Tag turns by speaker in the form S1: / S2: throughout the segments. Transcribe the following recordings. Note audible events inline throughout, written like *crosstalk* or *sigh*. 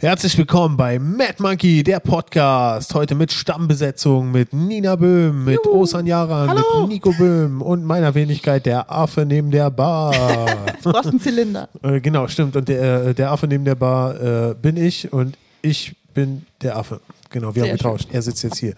S1: Herzlich willkommen bei Mad Monkey, der Podcast. Heute mit Stammbesetzung, mit Nina Böhm, mit Osan Yaran, mit Nico Böhm und meiner Wenigkeit der Affe neben der Bar.
S2: Du brauchst einen Zylinder.
S1: äh, genau, stimmt. Und der, äh, der Affe neben der Bar äh, bin ich und ich bin der Affe. Genau, wir
S2: Sehr
S1: haben getauscht. Er sitzt jetzt hier.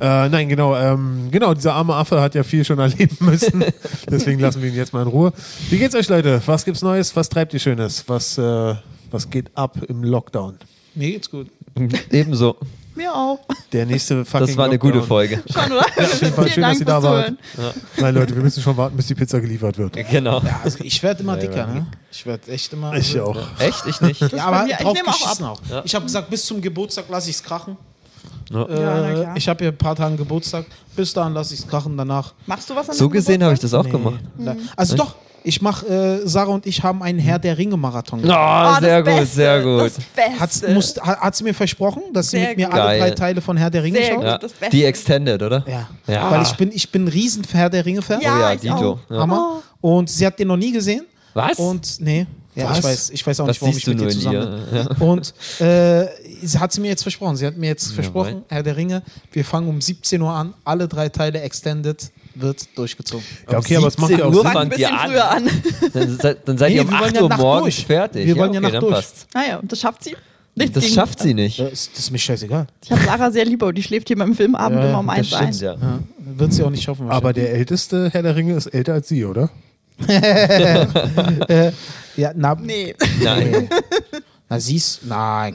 S1: Äh, nein, genau, ähm, genau, dieser arme Affe hat ja viel schon erleben *laughs* müssen. Deswegen lassen wir ihn jetzt mal in Ruhe. Wie geht's euch, Leute? Was gibt's Neues? Was treibt ihr Schönes? Was, äh, was geht ab im Lockdown?
S3: Mir geht's gut.
S4: *laughs* Ebenso.
S2: Mir auch.
S1: Der nächste fucking
S4: Das war eine
S1: Lockdown.
S4: gute Folge.
S2: Schon, oder? *laughs*
S1: jeden Fall schön, dass ihr da
S2: fürs
S1: wart.
S2: Zuhören.
S1: Nein, Leute, wir müssen schon warten, bis die Pizza geliefert wird.
S4: Genau.
S3: Also ich werde immer dicker, ne? Ich werde echt immer.
S1: Ich auch.
S4: Echt? Ich
S3: *laughs*
S4: nicht.
S3: Ja, aber
S2: mir- ich
S3: drauf
S2: nehm auch
S3: geschissen auch.
S4: Ja.
S3: Ich habe gesagt, bis zum Geburtstag lasse ich es krachen.
S4: Ja.
S2: na
S3: Äh,
S2: klar.
S3: ich habe ja ein paar Tage Geburtstag. Bis dahin lasse ich es krachen. Danach.
S2: Machst du was an
S4: So
S2: deinem
S4: gesehen habe ich
S2: Geburtstag?
S4: das auch gemacht.
S2: Mhm.
S3: Na, Also doch. Ich mache. Äh, Sarah und ich haben einen Herr der Ringe Marathon. gemacht.
S4: Oh,
S2: Ah, das
S4: sehr gut,
S2: Beste,
S4: sehr gut.
S2: Das Beste.
S3: Hat's, muss, ha- hat sie mir versprochen, dass sie
S2: Sehr
S3: mit mir
S2: gut.
S3: alle drei
S4: Geil.
S3: Teile von Herr der Ringe
S2: Sehr
S3: schaut?
S2: gut.
S4: Ja.
S2: Das Beste.
S4: Die Extended, oder?
S3: Ja.
S4: Ja.
S3: Weil ich bin, ich bin ein riesen Herr der Ringe Fan.
S2: Ja,
S4: oh ja,
S2: ich
S4: Dito.
S2: auch.
S4: Ja. Oh.
S3: Hammer. Und sie hat den noch nie gesehen.
S4: Was?
S3: Und nee, ja, ich
S1: Was?
S3: weiß, ich weiß auch
S4: Das
S3: nicht, warum
S4: siehst
S3: ich mit
S4: du
S3: dir
S4: nur in
S3: zusammen bin. Und äh, sie hat sie mir jetzt versprochen. Sie hat mir jetzt versprochen, Herr der Ringe, wir fangen um 17 Uhr an. Alle drei Teile Extended wird durchgezogen.
S1: Ja, okay, aber es macht ja auch
S4: 17 Uhr
S1: Sinn.
S2: Fang ein
S4: fangt ihr
S2: bisschen
S4: an.
S2: früher an. *laughs*
S4: Dann, seid- dann seid
S3: Nee,
S4: ihr um
S3: wir wollen
S4: 8
S3: ja
S4: Uhr
S3: Nacht
S4: morgens
S3: durch.
S4: fertig.
S3: Wir wollen ja Nacht
S4: dann
S3: durch. Äh,
S4: passt's.
S2: Ah ja, und das schafft sie. Nichts
S4: Das
S2: gegen-
S4: schafft sie nicht.
S3: Das ist, das ist mir scheißegal.
S2: Ich habe Lara sehr lieb, aber die schläft hier beim Filmabend
S3: Ja,
S2: immer um
S4: Das
S2: eins ein.
S4: stimmt, ja.
S3: Ja, wird sie auch nicht schaffen.
S1: Aber der älteste Herr der Ringe ist älter als sie, oder?
S3: wahrscheinlich. ja, na,
S2: Nee,
S3: *laughs*
S4: Nein.
S3: na sie ist,
S2: nein,
S3: nein,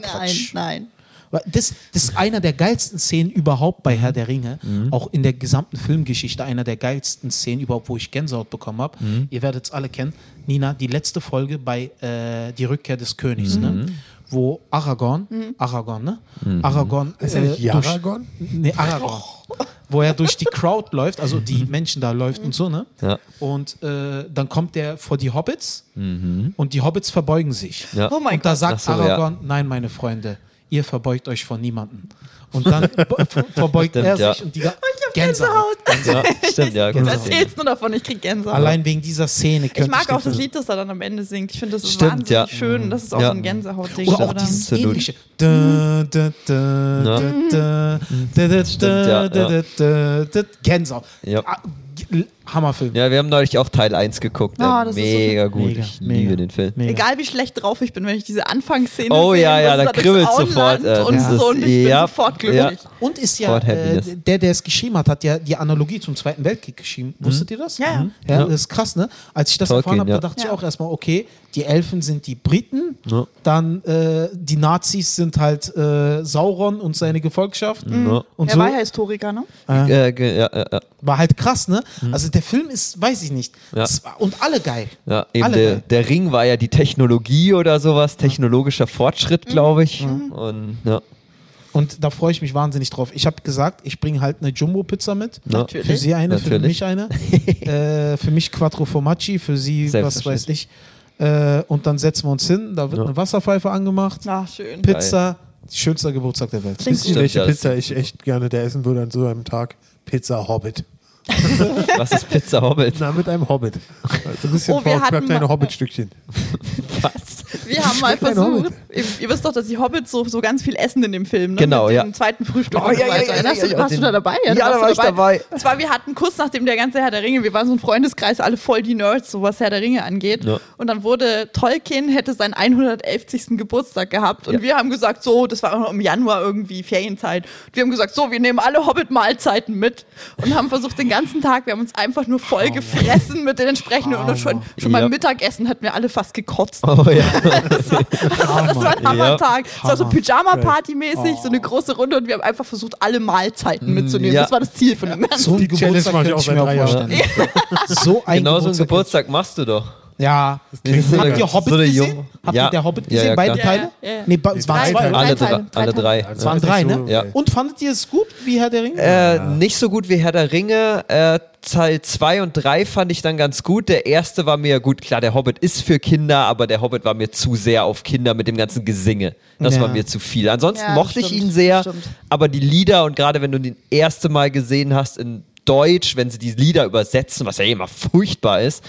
S2: *laughs*
S3: Quatsch.
S2: nein.
S3: Weil Das, das ist einer der geilsten Szenen überhaupt bei Herr der Ringe.
S1: Mhm.
S3: Auch in der gesamten Filmgeschichte einer der geilsten Szenen überhaupt, wo ich Gänsehaut bekommen habe.
S1: Mhm.
S3: Ihr werdet es alle kennen. Nina, die letzte Folge bei äh, Die Rückkehr des Königs,
S1: Mhm.
S3: ne? wo Aragorn, Aragorn, ne? Aragorn, äh,
S1: Ist
S2: Äh,
S1: er nicht
S3: durch-
S1: Aragorn? Oh.
S3: Nee, Aragorn. Wo er durch die Crowd läuft, also die Menschen da läuft und so, ne?
S4: Ja.
S3: Und äh, dann kommt er vor die Hobbits
S1: Mhm.
S3: und die Hobbits verbeugen sich.
S4: Ja.
S2: Oh mein
S3: und da
S2: Gott.
S3: sagt
S4: Ach so, ja.
S3: Aragorn, nein, meine Freunde, ihr verbeugt euch vor niemanden. Und dann *laughs* be- ver- verbeugt
S4: Stimmt,
S3: er
S4: ja.
S3: sich und die Gänsehaut.
S2: Oh, Gänsehaut.
S4: ja, stimmt, ja. genau.
S2: Du
S4: gut.
S2: erzählst nur davon, ich krieg Gänsehaut.
S3: Allein wegen dieser Szene.
S2: ich
S3: könnte
S2: mag
S3: den
S2: auch das
S3: Film-
S2: Lied, das er dann am Ende singt. Ich finde, das ist
S4: Stimmt,
S2: wahnsinnig
S4: ja.
S2: schön. Das ist auch
S4: Ja.
S2: so ein Gänsehautding.
S3: Oder auch
S2: oder?
S3: dieses
S4: Absolut.
S3: ähnliche. Da, da, da, da, da, da, da, da,
S4: Mhm. ja,
S3: da,
S4: ja.
S3: da, da, Gänsehaut.
S4: Ja.
S3: Ah, g- Hammerfilm.
S4: Ja, wir haben neulich auch Teil 1 geguckt.
S2: Ah,
S4: Ja,
S2: das ist so
S4: mega gut.
S3: Mega,
S4: ich
S3: mega,
S4: liebe den Film.
S3: mega.
S2: Egal wie schlecht drauf ich bin, wenn ich diese Anfangsszene
S4: Oh
S2: sehe,
S4: ja,
S2: wo
S4: ja,
S2: sie
S4: da
S2: da durchs
S4: kribbelt's
S2: Auenland
S4: sofort, äh,
S2: Und,
S4: das
S2: so,
S4: ist-
S2: und ich
S4: ja,
S2: bin sofort glücklich.
S4: ja.
S3: Und ist ja,
S4: Fort Happiness.
S3: äh, der, der es geschrieben hat, hat ja die Analogie zum Zweiten Weltkrieg geschrieben. Wusstet ihr das?
S2: Ja, ja.
S3: Mhm. ja. Das ist krass, ne? Als ich das
S4: Tolkien,
S3: erfahren habe,
S4: ja.
S3: da dachte ich
S2: Ja.
S3: auch erstmal, okay, die Elfen sind die Briten,
S4: Ja.
S3: dann äh, die Nazis sind halt äh, Sauron und seine Gefolgschaft.
S4: Mhm. Ja.
S3: Und
S2: Er
S3: so
S2: war ja Historiker, ne?
S4: Äh, ge- ja, ja, ja.
S3: war halt krass, ne? Also der Film ist, weiß ich nicht.
S4: Mhm. Ja.
S3: Das war- Und alle geil.
S4: Ja, eben
S3: alle
S4: der,
S3: geil.
S4: der Ring war ja die Technologie oder sowas, technologischer Fortschritt, glaube ich. Und ja,
S3: Und da freue ich mich wahnsinnig drauf. Ich habe gesagt, ich bringe halt eine Jumbo-Pizza mit.
S4: Ja.
S2: Natürlich.
S3: Für sie eine, für
S4: Natürlich.
S3: mich
S4: *laughs*
S3: eine. äh, für mich Quattro Formaggi, für sie was weiß ich.
S4: Selbstverständlich.
S3: Äh, und dann setzen wir uns hin, da wird eine Wasserpfeife angemacht.
S2: Ach, schön.
S3: Pizza, schönster Geburtstag der Welt.
S2: Klingt
S1: Wisst ihr,
S2: gut.
S1: welche
S4: ja.
S1: Pizza ich echt gerne da essen würde an so einem Tag? Pizza Hobbit.
S4: was ist Pizza Hobbit? *laughs*
S1: Na, mit einem Hobbit. Also ein bisschen
S2: Oh, wir
S1: vor-
S2: hatten
S1: kleine
S2: mal-
S1: Hobbit-Stückchen.
S4: Was?
S2: Wir haben mal
S1: Schmeckt ein
S2: versucht, ihr, ihr wisst doch, dass die Hobbits so, so ganz viel essen in dem Film, ne?
S4: Genau,
S2: Mit
S4: ja.
S2: Dem zweiten Frühstück
S4: Oh,
S2: und so
S4: ja, ja,
S2: weiter.
S4: ja,
S2: Warst
S4: ja,
S2: du-
S4: ja,
S2: warst du
S4: den-
S2: da dabei?
S4: Ja, da
S2: warst du
S4: war ich dabei.
S2: Und zwar, wir hatten kurz nachdem der ganze Herr der Ringe, wir waren so ein Freundeskreis, alle voll die Nerds, so was Herr der Ringe angeht.
S4: Ja.
S2: Und dann wurde Tolkien, hätte seinen 111. Geburtstag gehabt. Und
S4: Ja.
S2: wir haben gesagt, so, das war im Januar irgendwie Ferienzeit. Und wir haben gesagt, so, wir nehmen alle Hobbit-Mahlzeiten mit. Und haben versucht, den ganzen Tag, wir haben uns einfach nur
S4: Oh
S2: voll gefressen mit den entsprechenden. und schon, schon
S4: Ah, Ja.
S2: beim Mittagessen hatten wir alle fast gekotzt.
S4: Oh ja,
S2: Das war ein Hammertag. Es war so
S4: Ah,
S3: Hammer.
S2: Pyjama-Party-mäßig, so eine große Runde und wir haben einfach versucht, alle Mahlzeiten mitzunehmen.
S4: Mm, ja.
S2: Das war das Ziel von dem Ganzen.
S3: So
S1: Die Challenge mache ich auch seit drei Jahren.
S2: *laughs*
S3: so ein
S4: genau so einen
S3: Geburtstag.
S4: Geburtstag machst du doch. *laughs*
S3: Ja. Habt ihr Hobbit
S4: So eine
S3: gesehen?
S4: Jung-
S3: Habt
S4: Ja.
S3: ihr der Hobbit
S4: Ja,
S3: gesehen?
S4: ja,
S3: Beide
S2: klar.
S3: Teile?
S2: Ja, ja, ja.
S3: Nee, ba- es waren
S1: drei
S3: zwei.
S1: Teile.
S2: Teile,
S4: Alle drei.
S2: drei
S4: alle drei.
S2: Teile.
S3: Es waren
S1: Das
S3: drei,
S1: ist so, äh,
S3: ne?
S4: Ja.
S1: ey.
S3: Und fandet ihr es gut, wie Herr der Ringe?
S4: Äh, Nicht so gut wie Herr der Ringe. Äh, Teil 2 und 3 fand ich dann ganz gut. Der erste war mir gut, klar, der Hobbit ist für Kinder, aber der Hobbit war mir zu sehr auf Kinder mit dem ganzen Gesinge. Das
S3: Ja.
S4: war mir zu viel. Ansonsten
S2: Ja,
S4: mochte ich
S2: stimmt,
S4: ihn sehr,
S2: stimmt.
S4: aber die Lieder und gerade wenn du den erste Mal gesehen hast in Deutsch, wenn sie die Lieder übersetzen, was ja eh immer furchtbar ist,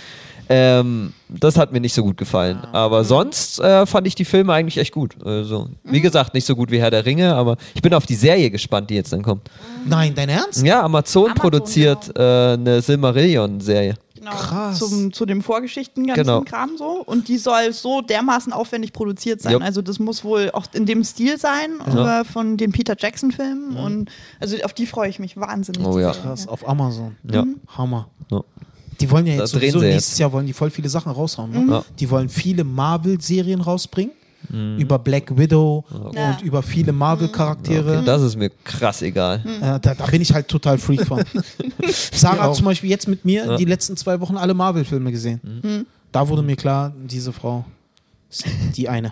S4: Ähm, das hat mir nicht so gut gefallen.
S2: Ah. Mhm.
S4: Aber sonst äh, fand ich die Filme eigentlich echt gut. Also, wie gesagt, nicht so gut wie Herr der Ringe, aber ich bin auf die Serie gespannt, die jetzt dann kommt.
S3: Nein, dein Ernst?
S4: Ja, Amazon,
S2: Amazon,
S4: produziert äh, eine Silmarillion-Serie.
S2: Genau,
S3: Krass.
S2: Zum, zu dem Vorgeschichten ganzen
S4: Genau.
S2: Kram so. Und die soll so dermaßen aufwendig produziert sein.
S4: Jupp.
S2: Also das muss wohl auch in dem Stil sein, aber von den Peter Jackson-Filmen. Und also auf die freue ich mich wahnsinnig.
S4: Oh ja.
S3: Krass, auf Amazon.
S4: Ja.
S3: Hammer.
S4: Ja.
S3: Mhm. Die wollen ja
S4: Da
S3: jetzt
S4: drehen
S3: sowieso
S4: sie jetzt. Mhm.
S3: nächstes Jahr wollen die voll viele Sachen raushauen. Ne?
S4: Ja. Mhm.
S3: Die wollen viele Marvel-Serien rausbringen. Über Black Widow
S2: Ja.
S3: und über viele Marvel-Charaktere.
S4: Okay, das ist mir krass egal.
S3: Äh, da, da bin ich halt total freak
S4: *laughs*
S3: von. Sarah
S1: auch.
S3: hat zum Beispiel jetzt mit mir die letzten zwei Wochen alle Marvel-Filme gesehen.
S4: Mhm.
S3: Da wurde mir klar, diese Frau ist die
S4: *laughs*
S3: eine.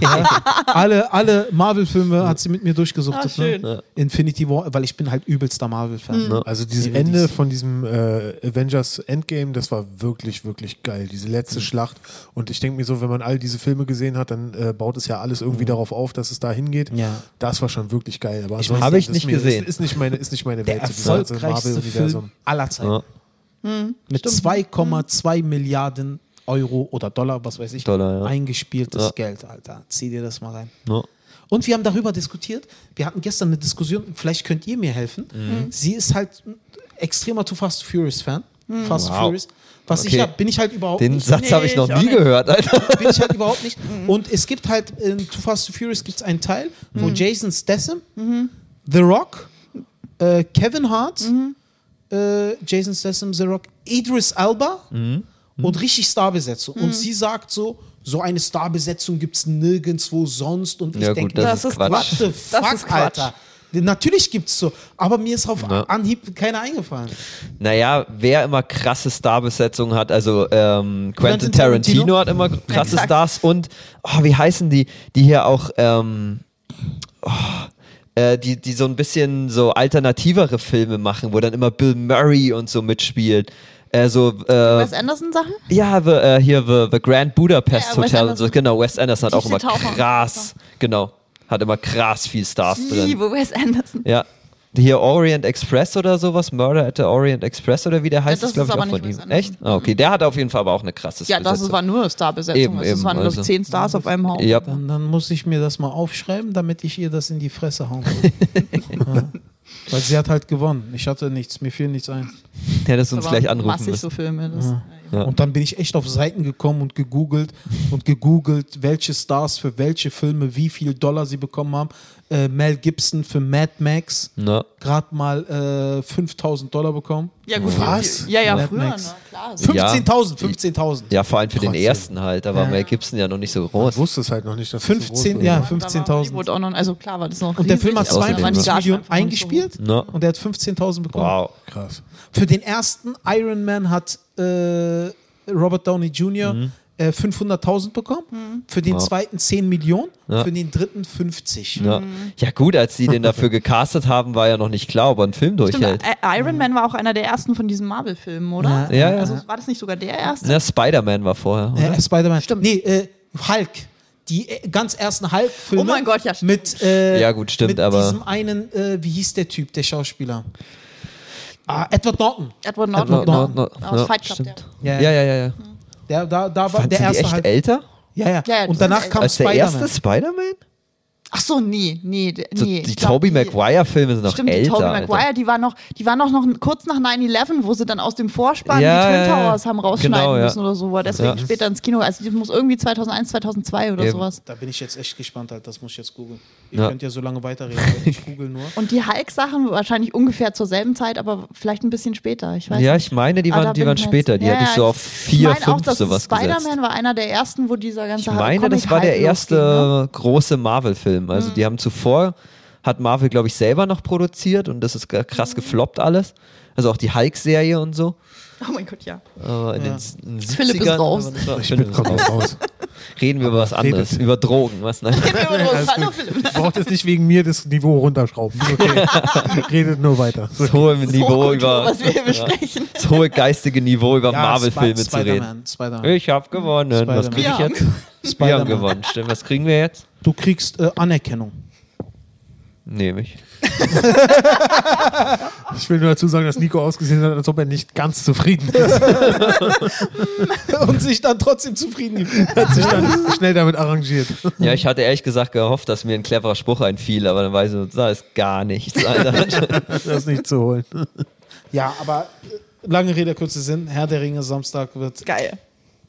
S3: Ja. alle alle Marvel-Filme hat sie mit mir durchgesuchtet.
S2: Ah, schön.
S3: Ne? Infinity War, weil ich bin halt übelster Marvel-Fan.
S1: Also dieses
S3: Wie wir
S1: Ende
S3: dies-
S1: von diesem äh, Avengers Endgame, das war wirklich, wirklich geil. Diese letzte Schlacht. Und ich denke mir so, wenn man all diese Filme gesehen hat, dann äh, baut es ja alles irgendwie darauf auf, dass es da hingeht.
S3: Ja.
S1: Das war schon wirklich geil. Aber
S4: meine,
S1: ansonsten
S4: hab ich
S1: ist
S4: nicht
S1: mir,
S4: gesehen.
S1: Ist, ist nicht meine, ist nicht meine
S3: Der
S1: Welt. so dieses ganze
S3: erfolgreichste
S1: Marvel-Universum.
S3: Film aller Zeiten. Hm,
S4: Ja.
S3: also Mit 2,2 Milliarden Euro oder Dollar, was weiß ich,
S4: Dollar, ja.
S3: eingespieltes
S4: Ja.
S3: Geld, Alter. Zieh dir das mal rein.
S4: Ja.
S3: Und wir haben darüber diskutiert. Wir hatten gestern eine Diskussion, vielleicht könnt ihr mir helfen. Sie ist halt ein extremer Too Fast Furious Fan. Fast
S4: Wow.
S3: Furious. Was ich
S4: Okay.
S3: habe, bin ich halt überhaupt
S4: Den
S3: nicht.
S4: Satz
S2: Nee,
S4: habe ich noch
S2: ich auch
S4: nie
S2: nicht.
S4: gehört, Alter.
S3: bin ich
S4: *laughs*
S3: halt überhaupt nicht.
S4: Mhm.
S3: Und es gibt halt in Too Fast to Furious gibt's einen Teil, wo
S4: Mhm.
S3: Jason Statham, The Rock, äh, Kevin Hart,
S4: Mhm.
S3: äh, Jason Statham, The Rock, Idris Elba
S4: Mhm.
S3: und richtig Starbesetzung. Und sie sagt so, so eine Starbesetzung gibt es nirgendwo sonst. Und ich
S4: Ja, gut,
S3: denke,
S4: das,
S2: Das
S4: ist
S2: ist
S4: Quatsch.
S3: what the fuck,
S2: ist Quatsch.
S3: Alter. Natürlich gibt's so, aber mir ist auf
S4: Ja.
S3: Anhieb keiner eingefallen.
S4: Naja, wer immer krasse Starbesetzungen hat, also ähm, Quentin
S3: Quentin
S4: Tarantino
S3: Tarantino
S4: hat immer krasse
S2: Exakt.
S4: Stars und oh, wie heißen die, die hier auch, ähm, oh, äh, die, die so ein bisschen so alternativere Filme machen, wo dann immer Bill Murray und so mitspielt. Äh, so, äh,
S2: Wes Anderson-Sachen?
S4: ja, the, äh, hier The, the Grand
S2: Ja, Wes
S4: Budapest Hotel und so,
S2: Anderson.
S4: genau, Wes Anderson hat auch immer
S2: Tiefsee Taucher.
S4: krass, genau, hat immer krass viel Stars drin.
S2: Liebe Wes Anderson.
S4: Ja. Hier Orient Express oder sowas, Murder at the Orient Express oder wie der heißt,
S2: Ja,
S4: ist
S2: das
S4: glaube ich
S2: ist
S4: auch
S2: aber
S4: von ihm.
S2: nicht Wes Anderson.
S4: Echt? Ah, okay, der hat auf jeden Fall aber auch eine krasse
S2: Ja, das
S4: Besetzung.
S2: war nur Starbesetzung.
S4: Eben,
S2: Eben, das
S4: eben,
S2: waren, glaube
S4: also.
S2: ich, zehn Stars auf einem Haufen.
S4: Ja,
S3: Dann, dann muss ich mir das mal aufschreiben, damit ich ihr das in die Fresse hauen
S4: *laughs*
S3: kann. ja. Weil sie hat halt gewonnen. Ich hatte nichts, mir fiel nichts ein.
S4: *laughs* hättest du
S2: Das
S4: uns
S2: waren
S4: gleich anrufen
S2: Massig
S4: müssen.
S2: so Filme. Das,
S4: Ja.
S3: Und dann bin ich echt auf Seiten gekommen und gegoogelt und gegoogelt, welche Stars für welche Filme wie viel Dollar sie bekommen haben. Äh, Mel Gibson für Mad Max
S4: Na,
S3: gerade mal äh, 5000 Dollar bekommen.
S2: ja, gut.
S1: Was?
S2: Ja, ja,
S3: Mad
S2: früher.
S3: Max.
S2: ne, Klar.
S3: 15.000, 15.000.
S4: ja, vor allem für den
S1: Trotzdem.
S4: ersten halt, da war
S3: Ja.
S4: Mel Gibson ja noch nicht so
S1: Ich
S4: groß.
S1: wusste es halt noch nicht, dass es so groß
S3: 15,
S1: wurde.
S3: ja,
S2: Da war Hollywood
S3: 15.000.
S2: Auch noch, also klar war das noch
S3: Und der Film hat
S4: Ja, aber da waren die
S3: 52 Millionen eingespielt
S4: Ja.
S3: und er hat 15.000 bekommen.
S4: ne? Wow.
S1: Krass.
S3: Für den ersten Iron Man hat äh, Robert Downey Jr.
S4: Mhm.
S3: äh, 500.000 bekommen,
S2: Mhm.
S3: für den
S4: Wow.
S3: zweiten 10 Millionen,
S4: Ja.
S3: für den dritten 50.
S4: Ja. ne?
S2: Mhm.
S4: ja gut, als die den dafür gecastet haben, war ja noch nicht klar, ob er einen Film durchhält.
S2: Stimmt, I- Iron Man war auch einer der ersten von diesen Marvel-Filmen, oder?
S4: Ja, ja.
S2: Also war das nicht sogar der erste?
S4: Na, Ne, Spider-Man war vorher. oder?
S3: Äh, Spider-Man.
S2: Stimmt.
S3: Nee, äh, Hulk. Die äh, ganz ersten Hulk-Filme.
S2: Oh mein Gott, ja, stimmt.
S3: Mit, äh,
S4: Ja, gut, stimmt,
S3: mit
S4: aber-
S3: diesem einen, äh, wie hieß der Typ, der Schauspieler? Ah, Edward Norton.
S2: Edward Norton.
S4: No,
S2: genau.
S4: no, no,
S2: Aus
S4: ja,
S2: Fight Club,
S4: stimmt.
S3: der.
S4: Ja, ja, ja. ja.
S3: Der, da, da war
S4: Fandst
S3: der
S4: du die
S3: erste
S4: echt
S3: Hulk.
S4: älter
S3: Ja, ja.
S2: Ja, ja,
S3: Und danach
S2: das ist
S3: kam
S4: als der erste
S3: Spider-Man.
S4: Spider-Man?
S2: Ach so, nee, nee, d-
S4: So,
S2: nee.
S4: die
S2: Ich glaub,
S4: Tobey Maguire-Filme sind noch
S2: Stimmt,
S4: älter.
S2: die Tobey
S4: Alter.
S2: Maguire, die war noch, die war noch, noch kurz nach 9-11, wo sie dann aus dem Vorspann
S4: Ja,
S2: die
S4: ja,
S2: Twin
S4: ja.
S2: Towers haben rausschneiden
S4: Genau, ja.
S2: müssen oder so, war deswegen
S4: Ja.
S2: später ins Kino. Also die muss irgendwie 2001, 2002 oder
S4: Eben.
S2: sowas.
S3: Da bin ich jetzt echt gespannt, Alter. Das muss ich jetzt googeln. Ihr
S4: Ja.
S3: könnt ja so lange weiterreden.
S4: *laughs*
S3: Ich google nur.
S2: Und die Hulk-Sachen wahrscheinlich ungefähr zur selben Zeit, aber vielleicht ein bisschen später. Ich weiß
S4: Ja,
S2: nicht.
S4: ich meine, die
S2: Ah, da
S4: waren, die
S2: bin
S4: waren
S2: ich mir
S4: später.
S2: jetzt-
S4: Die
S2: Ja,
S4: hatte ich
S2: ja,
S4: so
S2: ich-
S4: auf 4,
S2: ich meine auch,
S4: 5
S2: dass
S4: sowas gesetzt.
S2: Spider-Man war einer der ersten, wo dieser ganze
S4: Ich meine,
S2: Comic
S4: das war der
S2: Hype
S4: erste
S2: losging, ne? Mhm.
S4: große Marvel-Film. Also die haben zuvor, hat Marvel, glaube ich, selber noch produziert und das ist g-
S2: Mhm.
S4: krass gefloppt alles. Also auch die Hulk-Serie und so.
S2: Oh mein Gott, *laughs* ja.
S4: Äh, in den s- in den
S2: Philipp ist
S4: 70ern.
S2: raus.
S4: aber das war-
S1: Ich
S4: Philipp
S1: bin
S4: ist raus.
S1: komplett raus.
S4: Reden wir über was
S1: redet.
S4: anderes. Über Drogen, was? ne? Nein.
S1: Also,
S2: Hallo, Philipp.
S1: Ich brauche jetzt nicht wegen mir das Niveau runterschrauben. Ist Okay. Redet nur weiter.
S4: Das hohe Niveau
S2: Hochkultur,
S4: über,
S2: was wir hier besprechen.
S4: das hohe geistige Niveau über
S3: Ja,
S4: Marvel-Filme
S3: Spi-
S4: zu reden.
S3: Spider-Man, Spider-Man.
S4: Ich habe gewonnen. Was
S3: Spider-Man.
S4: kriege ich
S2: Wir
S4: jetzt? Wir haben
S3: Spider-Man.
S4: gewonnen. Stimmt, was kriegen wir jetzt?
S3: Du kriegst äh, Anerkennung.
S4: Nehme ich.
S1: Ich will nur dazu sagen, dass Nico ausgesehen hat, als ob er nicht ganz zufrieden ist.
S3: *laughs* Und sich dann trotzdem zufrieden gibt.
S1: Hat sich dann schnell damit arrangiert.
S4: Ja, ich hatte ehrlich gesagt gehofft, dass mir ein cleverer Spruch einfiel, aber dann weiß ich, da ist gar
S1: *laughs*
S4: nichts, Alter.
S1: Das ist nicht zu holen.
S3: *laughs* Ja, aber äh, lange Rede, kurzer Sinn. Herr der Ringe Samstag wird
S2: Geil.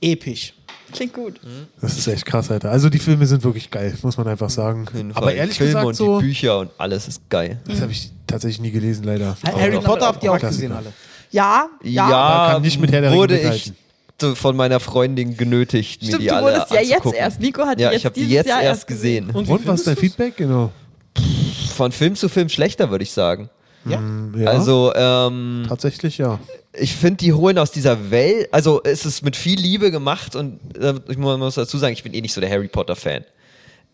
S3: episch.
S2: Klingt gut.
S1: Das ist echt krass, Alter. Also die Filme sind wirklich geil, muss man einfach sagen. Aber ehrlich
S4: Filme
S1: gesagt,
S4: und
S1: so,
S4: die Bücher und alles ist geil.
S1: das habe ich tatsächlich nie gelesen, leider.
S3: Harry
S4: doch.
S3: Potter habt ihr auch
S1: Klassiker.
S3: gesehen alle.
S2: Ja, ja.
S1: Man kann nicht mit Herr der Ringe
S4: wurde ich
S1: mithalten.
S4: so von meiner Freundin genötigt, mir
S2: Stimmt,
S4: die
S2: du
S4: alle
S2: wurdest ja jetzt
S4: anzugucken.
S2: erst. Nico hat die
S4: Ja,
S2: jetzt
S4: ich habe die
S2: dieses
S4: jetzt
S2: Jahr
S4: erst gesehen.
S3: Und, wie
S1: Und was ist dein
S3: findest du's?
S1: Feedback? Genau.
S4: Von Film zu Film schlechter, würde ich sagen.
S3: Ja.
S1: Mm, Ja,
S4: Also, ähm,
S1: tatsächlich ja.
S4: ich finde, die holen aus dieser Welt, also es ist mit viel Liebe gemacht und äh, ich mu- muss dazu sagen, ich bin eh nicht so der Harry Potter-Fan.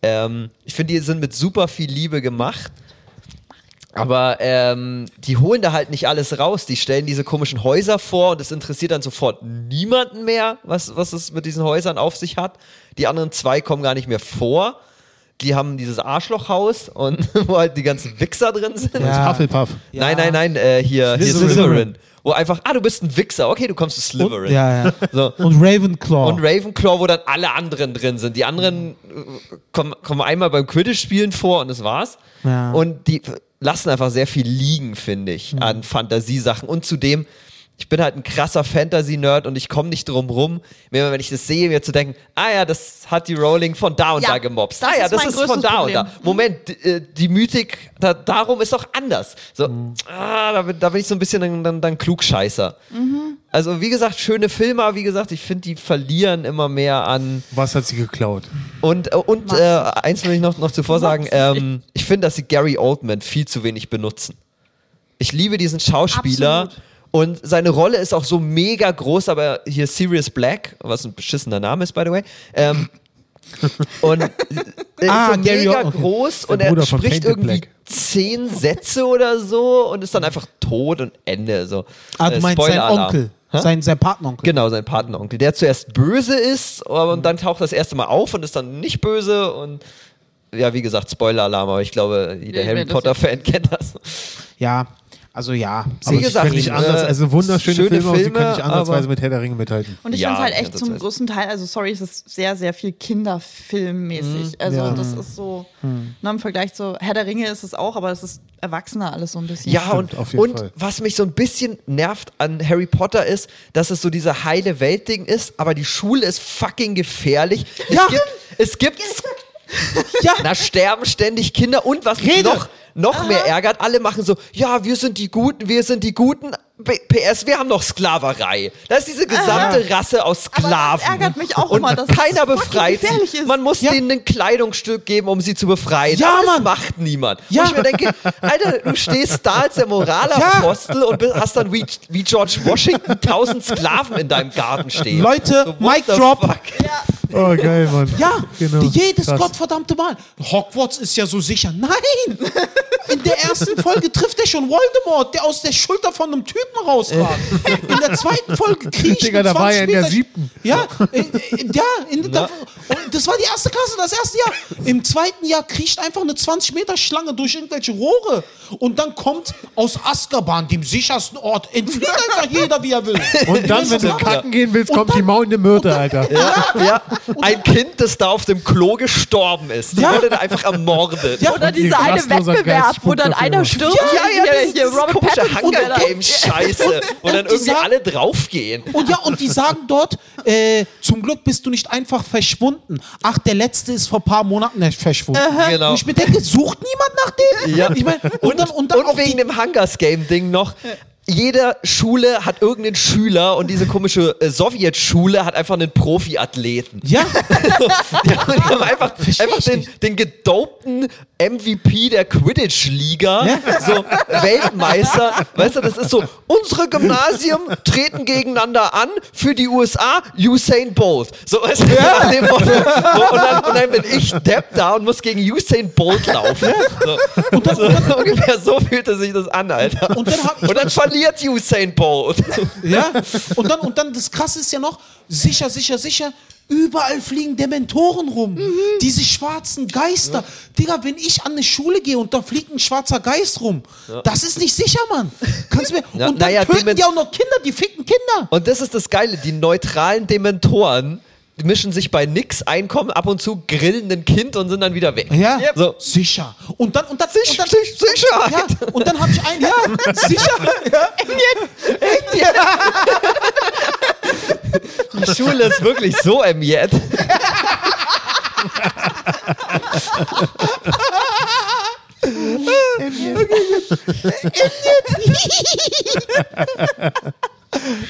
S4: Ähm, ich finde, die sind mit super viel Liebe gemacht. Aber ähm, die holen da halt nicht alles raus. Die stellen diese komischen Häuser vor und es interessiert dann sofort niemanden mehr, was, was es mit diesen Häusern auf sich hat. Die anderen zwei kommen gar nicht mehr vor. Die haben dieses Arschlochhaus und *laughs* wo halt die ganzen Wichser drin sind.
S1: Das ist Also, Hufflepuff.
S3: Ja.
S4: Nein, nein, nein, äh, hier, hier
S1: Slytherin.
S4: Slytherin. Wo einfach, ah, du bist ein Wichser, okay, du kommst zu Slytherin.
S3: Und, ja, Oh. ja. *laughs*
S4: So.
S3: Und Ravenclaw.
S4: Und Ravenclaw, wo dann alle anderen drin sind. Die anderen äh, kommen, kommen einmal beim Quidditch-Spielen vor und das war's.
S3: Ja. Hm.
S4: Und die lassen einfach sehr viel liegen, finde ich, an Fantasiesachen. Und zudem, ich bin halt ein krasser Fantasy-Nerd und ich komme nicht drum rum, mir, wenn ich das sehe, mir zu denken, ah ja, das hat die Rowling von da und
S2: Ja,
S4: da gemobst.
S2: das
S4: Ah ja,
S2: ist
S4: das
S2: mein
S4: ist von
S2: größtes
S4: da
S2: Problem.
S4: und da. Moment, d- äh, die Mythik da, darum ist doch anders. So, ah, da, bin- da bin ich so ein bisschen dann, dann, dann Klugscheißer.
S2: Mhm.
S4: Also wie gesagt, schöne Filme, aber wie gesagt, ich finde, die verlieren immer mehr an.
S1: Was hat sie geklaut?
S4: Und, äh, und äh, eins will ich noch, noch zuvor sagen,
S2: Maxi.
S4: ähm, ich finde, dass sie Gary Oldman viel zu wenig benutzen. Ich liebe diesen Schauspieler
S2: Absolut.
S4: und seine Rolle ist auch so mega groß, aber hier Sirius Black, was ein beschissener Name ist, by the way,
S3: *laughs*
S4: ähm, und er
S3: Ah,
S4: ist so
S3: Gary
S4: mega
S3: Oldman, okay.
S4: groß und
S1: der
S4: er
S1: Bruder von
S4: spricht
S1: Painted
S4: irgendwie
S1: Black.
S4: zehn Sätze oder so und ist dann einfach tot und Ende. So.
S3: ah, du
S4: Äh,
S3: meinst sein
S4: Spoiler-Alarm.
S3: Onkel.
S4: Hä?
S3: Sein, sein Partneronkel.
S4: Genau, sein Patenonkel, der zuerst böse ist aber- und dann taucht das erste Mal auf und ist dann nicht böse und ja, wie gesagt, Spoiler-Alarm, aber ich glaube, jeder
S2: Nee,
S4: Harry
S2: nee, das-
S4: Potter-Fan kennt das.
S3: Ja, also ja.
S4: Wie
S1: sie
S4: gesagt,
S1: können nicht
S4: äh,
S1: anders, also wunderschöne
S4: schöne
S1: Filme, aber sie
S4: Filme,
S1: können nicht andersweise
S4: aber-
S1: mit Herr der Ringe
S3: *laughs*
S1: mithalten.
S2: Und ich
S4: Ja,
S2: finde es
S4: die
S2: halt echt
S4: ganze
S2: zum
S4: Zeit.
S2: großen Teil, also sorry, es ist sehr, sehr viel
S4: Mhm.
S2: Kinderfilmmäßig. also
S1: ja.
S2: das ist so, ne, im Vergleich zu Herr der Ringe ist es auch, aber es ist erwachsener alles so ein bisschen.
S4: Ja,
S1: Stimmt, auf
S4: und,
S1: jeden
S4: und
S1: Fall.
S4: was mich so ein bisschen nervt an Harry Potter ist, dass es so diese heile Welt-Ding ist, aber die Schule ist fucking gefährlich.
S3: Ja.
S4: Es gibt, es gibt *laughs*
S3: Ja.
S4: da sterben ständig Kinder und was mich
S3: Rede.
S4: noch, noch mehr ärgert, alle machen so, ja, wir sind die Guten, wir sind die Guten. P- PS, wir haben noch Sklaverei. Das ist diese gesamte Rasse aus
S2: Aber
S4: Sklaven.
S2: das ärgert mich auch
S4: und
S2: immer, dass es
S4: keiner
S2: fucking
S4: befreit
S2: gefährlich
S4: sie.
S2: ist.
S4: Man muss
S3: Ja.
S4: denen ein Kleidungsstück geben, um sie zu befreien.
S3: Ja,
S4: Aber das
S3: Mann.
S4: macht niemand.
S3: Ja.
S4: Wo ich mir denke, Alter, du stehst da als der Moralapostel und bi- hast dann wie, wie George Washington tausend Sklaven in deinem Garten stehen.
S3: Leute,
S4: what
S3: Mic
S4: the
S3: Drop.
S4: fuck?
S1: Oh, geil, Mann.
S3: Ja,
S1: Genau.
S3: die- jedes
S1: Krass.
S3: gottverdammte Mal. Hogwarts ist ja so sicher. Nein! In der ersten Folge trifft er schon Voldemort, der aus der Schulter von einem Typen rauskam. In der zweiten
S1: *laughs*
S3: Folge kriecht
S1: Äh. Digga, da war er in der siebten.
S3: Ja, äh, äh, ja in, da, und das war die erste Klasse, das erste Jahr. Im zweiten Jahr kriecht einfach eine 20-Meter-Schlange durch irgendwelche Rohre. Und dann kommt aus Azkaban, dem sichersten Ort, entflieht einfach jeder, wie er will.
S1: Und dann, wenn du kacken gehen willst, kommt die maulende Myrte, Alter.
S4: Ja, ja. Ein Kind, das da auf dem Klo gestorben ist. Das
S3: Ja.
S4: wurde da einfach ermordet.
S3: Ja.
S2: Oder
S1: Und ihr
S2: dieser eine
S1: rastloser
S2: Wettbewerb,
S1: Geist
S2: wo dann
S1: spuckt
S2: einer
S1: auf
S2: stirbt.
S4: ja, ja,
S2: hier,
S4: das,
S2: hier
S4: das
S2: Robert
S4: komische
S2: Pattinson.
S4: Hunger *laughs*
S2: der da-
S4: Games-Scheiße, wo dann
S3: die
S4: irgendwie
S3: sagen-
S4: alle draufgehen.
S3: Und ja, und die sagen dort, äh, zum Glück bist du nicht einfach verschwunden. Ach, der letzte ist vor ein paar Monaten erst verschwunden.
S4: Genau.
S3: Und ich mir denke, sucht niemand nach dem?
S4: Ja.
S3: Ich meine, und, dann, und dann
S4: und
S3: auch
S4: wegen
S3: die,
S4: dem Hungers Game Ding noch. Jeder Schule hat irgendeinen Schüler und diese komische äh, Sowjetschule hat einfach einen Profiathleten.
S3: ja,
S4: *laughs* Die haben die haben einfach,
S3: Versteh ich
S4: einfach den, den gedopten MVP der Quidditch-Liga,
S3: Ja.
S4: so Weltmeister. Weißt du, das ist so, unsere Gymnasien treten gegeneinander an für die USA, Usain Bolt. So, weißt du, nach dem Motto. so, und, dann, und dann bin ich Depp da und muss gegen Usain Bolt laufen. So.
S3: und dann, und dann,
S4: *laughs* Ungefähr so fühlte sich das an, Alter.
S3: Und dann hab ich-
S4: Und dann verliere verliert Usain Bolt.
S3: Ja? Und dann, und dann das Krasse ist ja noch, sicher, sicher, sicher, überall fliegen Dementoren rum. Diese schwarzen Geister. Digga, wenn ich an eine Schule gehe und da fliegt ein schwarzer Geist rum, das ist nicht sicher, Mann. Kannst du mir,
S4: Na-
S3: und dann
S4: naja,
S3: töten
S4: Dement-
S3: die auch noch Kinder, die ficken Kinder.
S4: Und das ist das Geile, die neutralen Dementoren die mischen sich bei nix ein, kommen ab und zu, grillen ein Kind und sind dann wieder weg.
S3: Ja,
S4: So.
S3: sicher. Und dann, und dann, sich, und dann,
S4: sich- Sicherheit.
S3: Ja, und dann habe ich einen, ja, Sicherheit. Ja.
S4: Die Schule ist wirklich so im Jet.
S3: *laughs*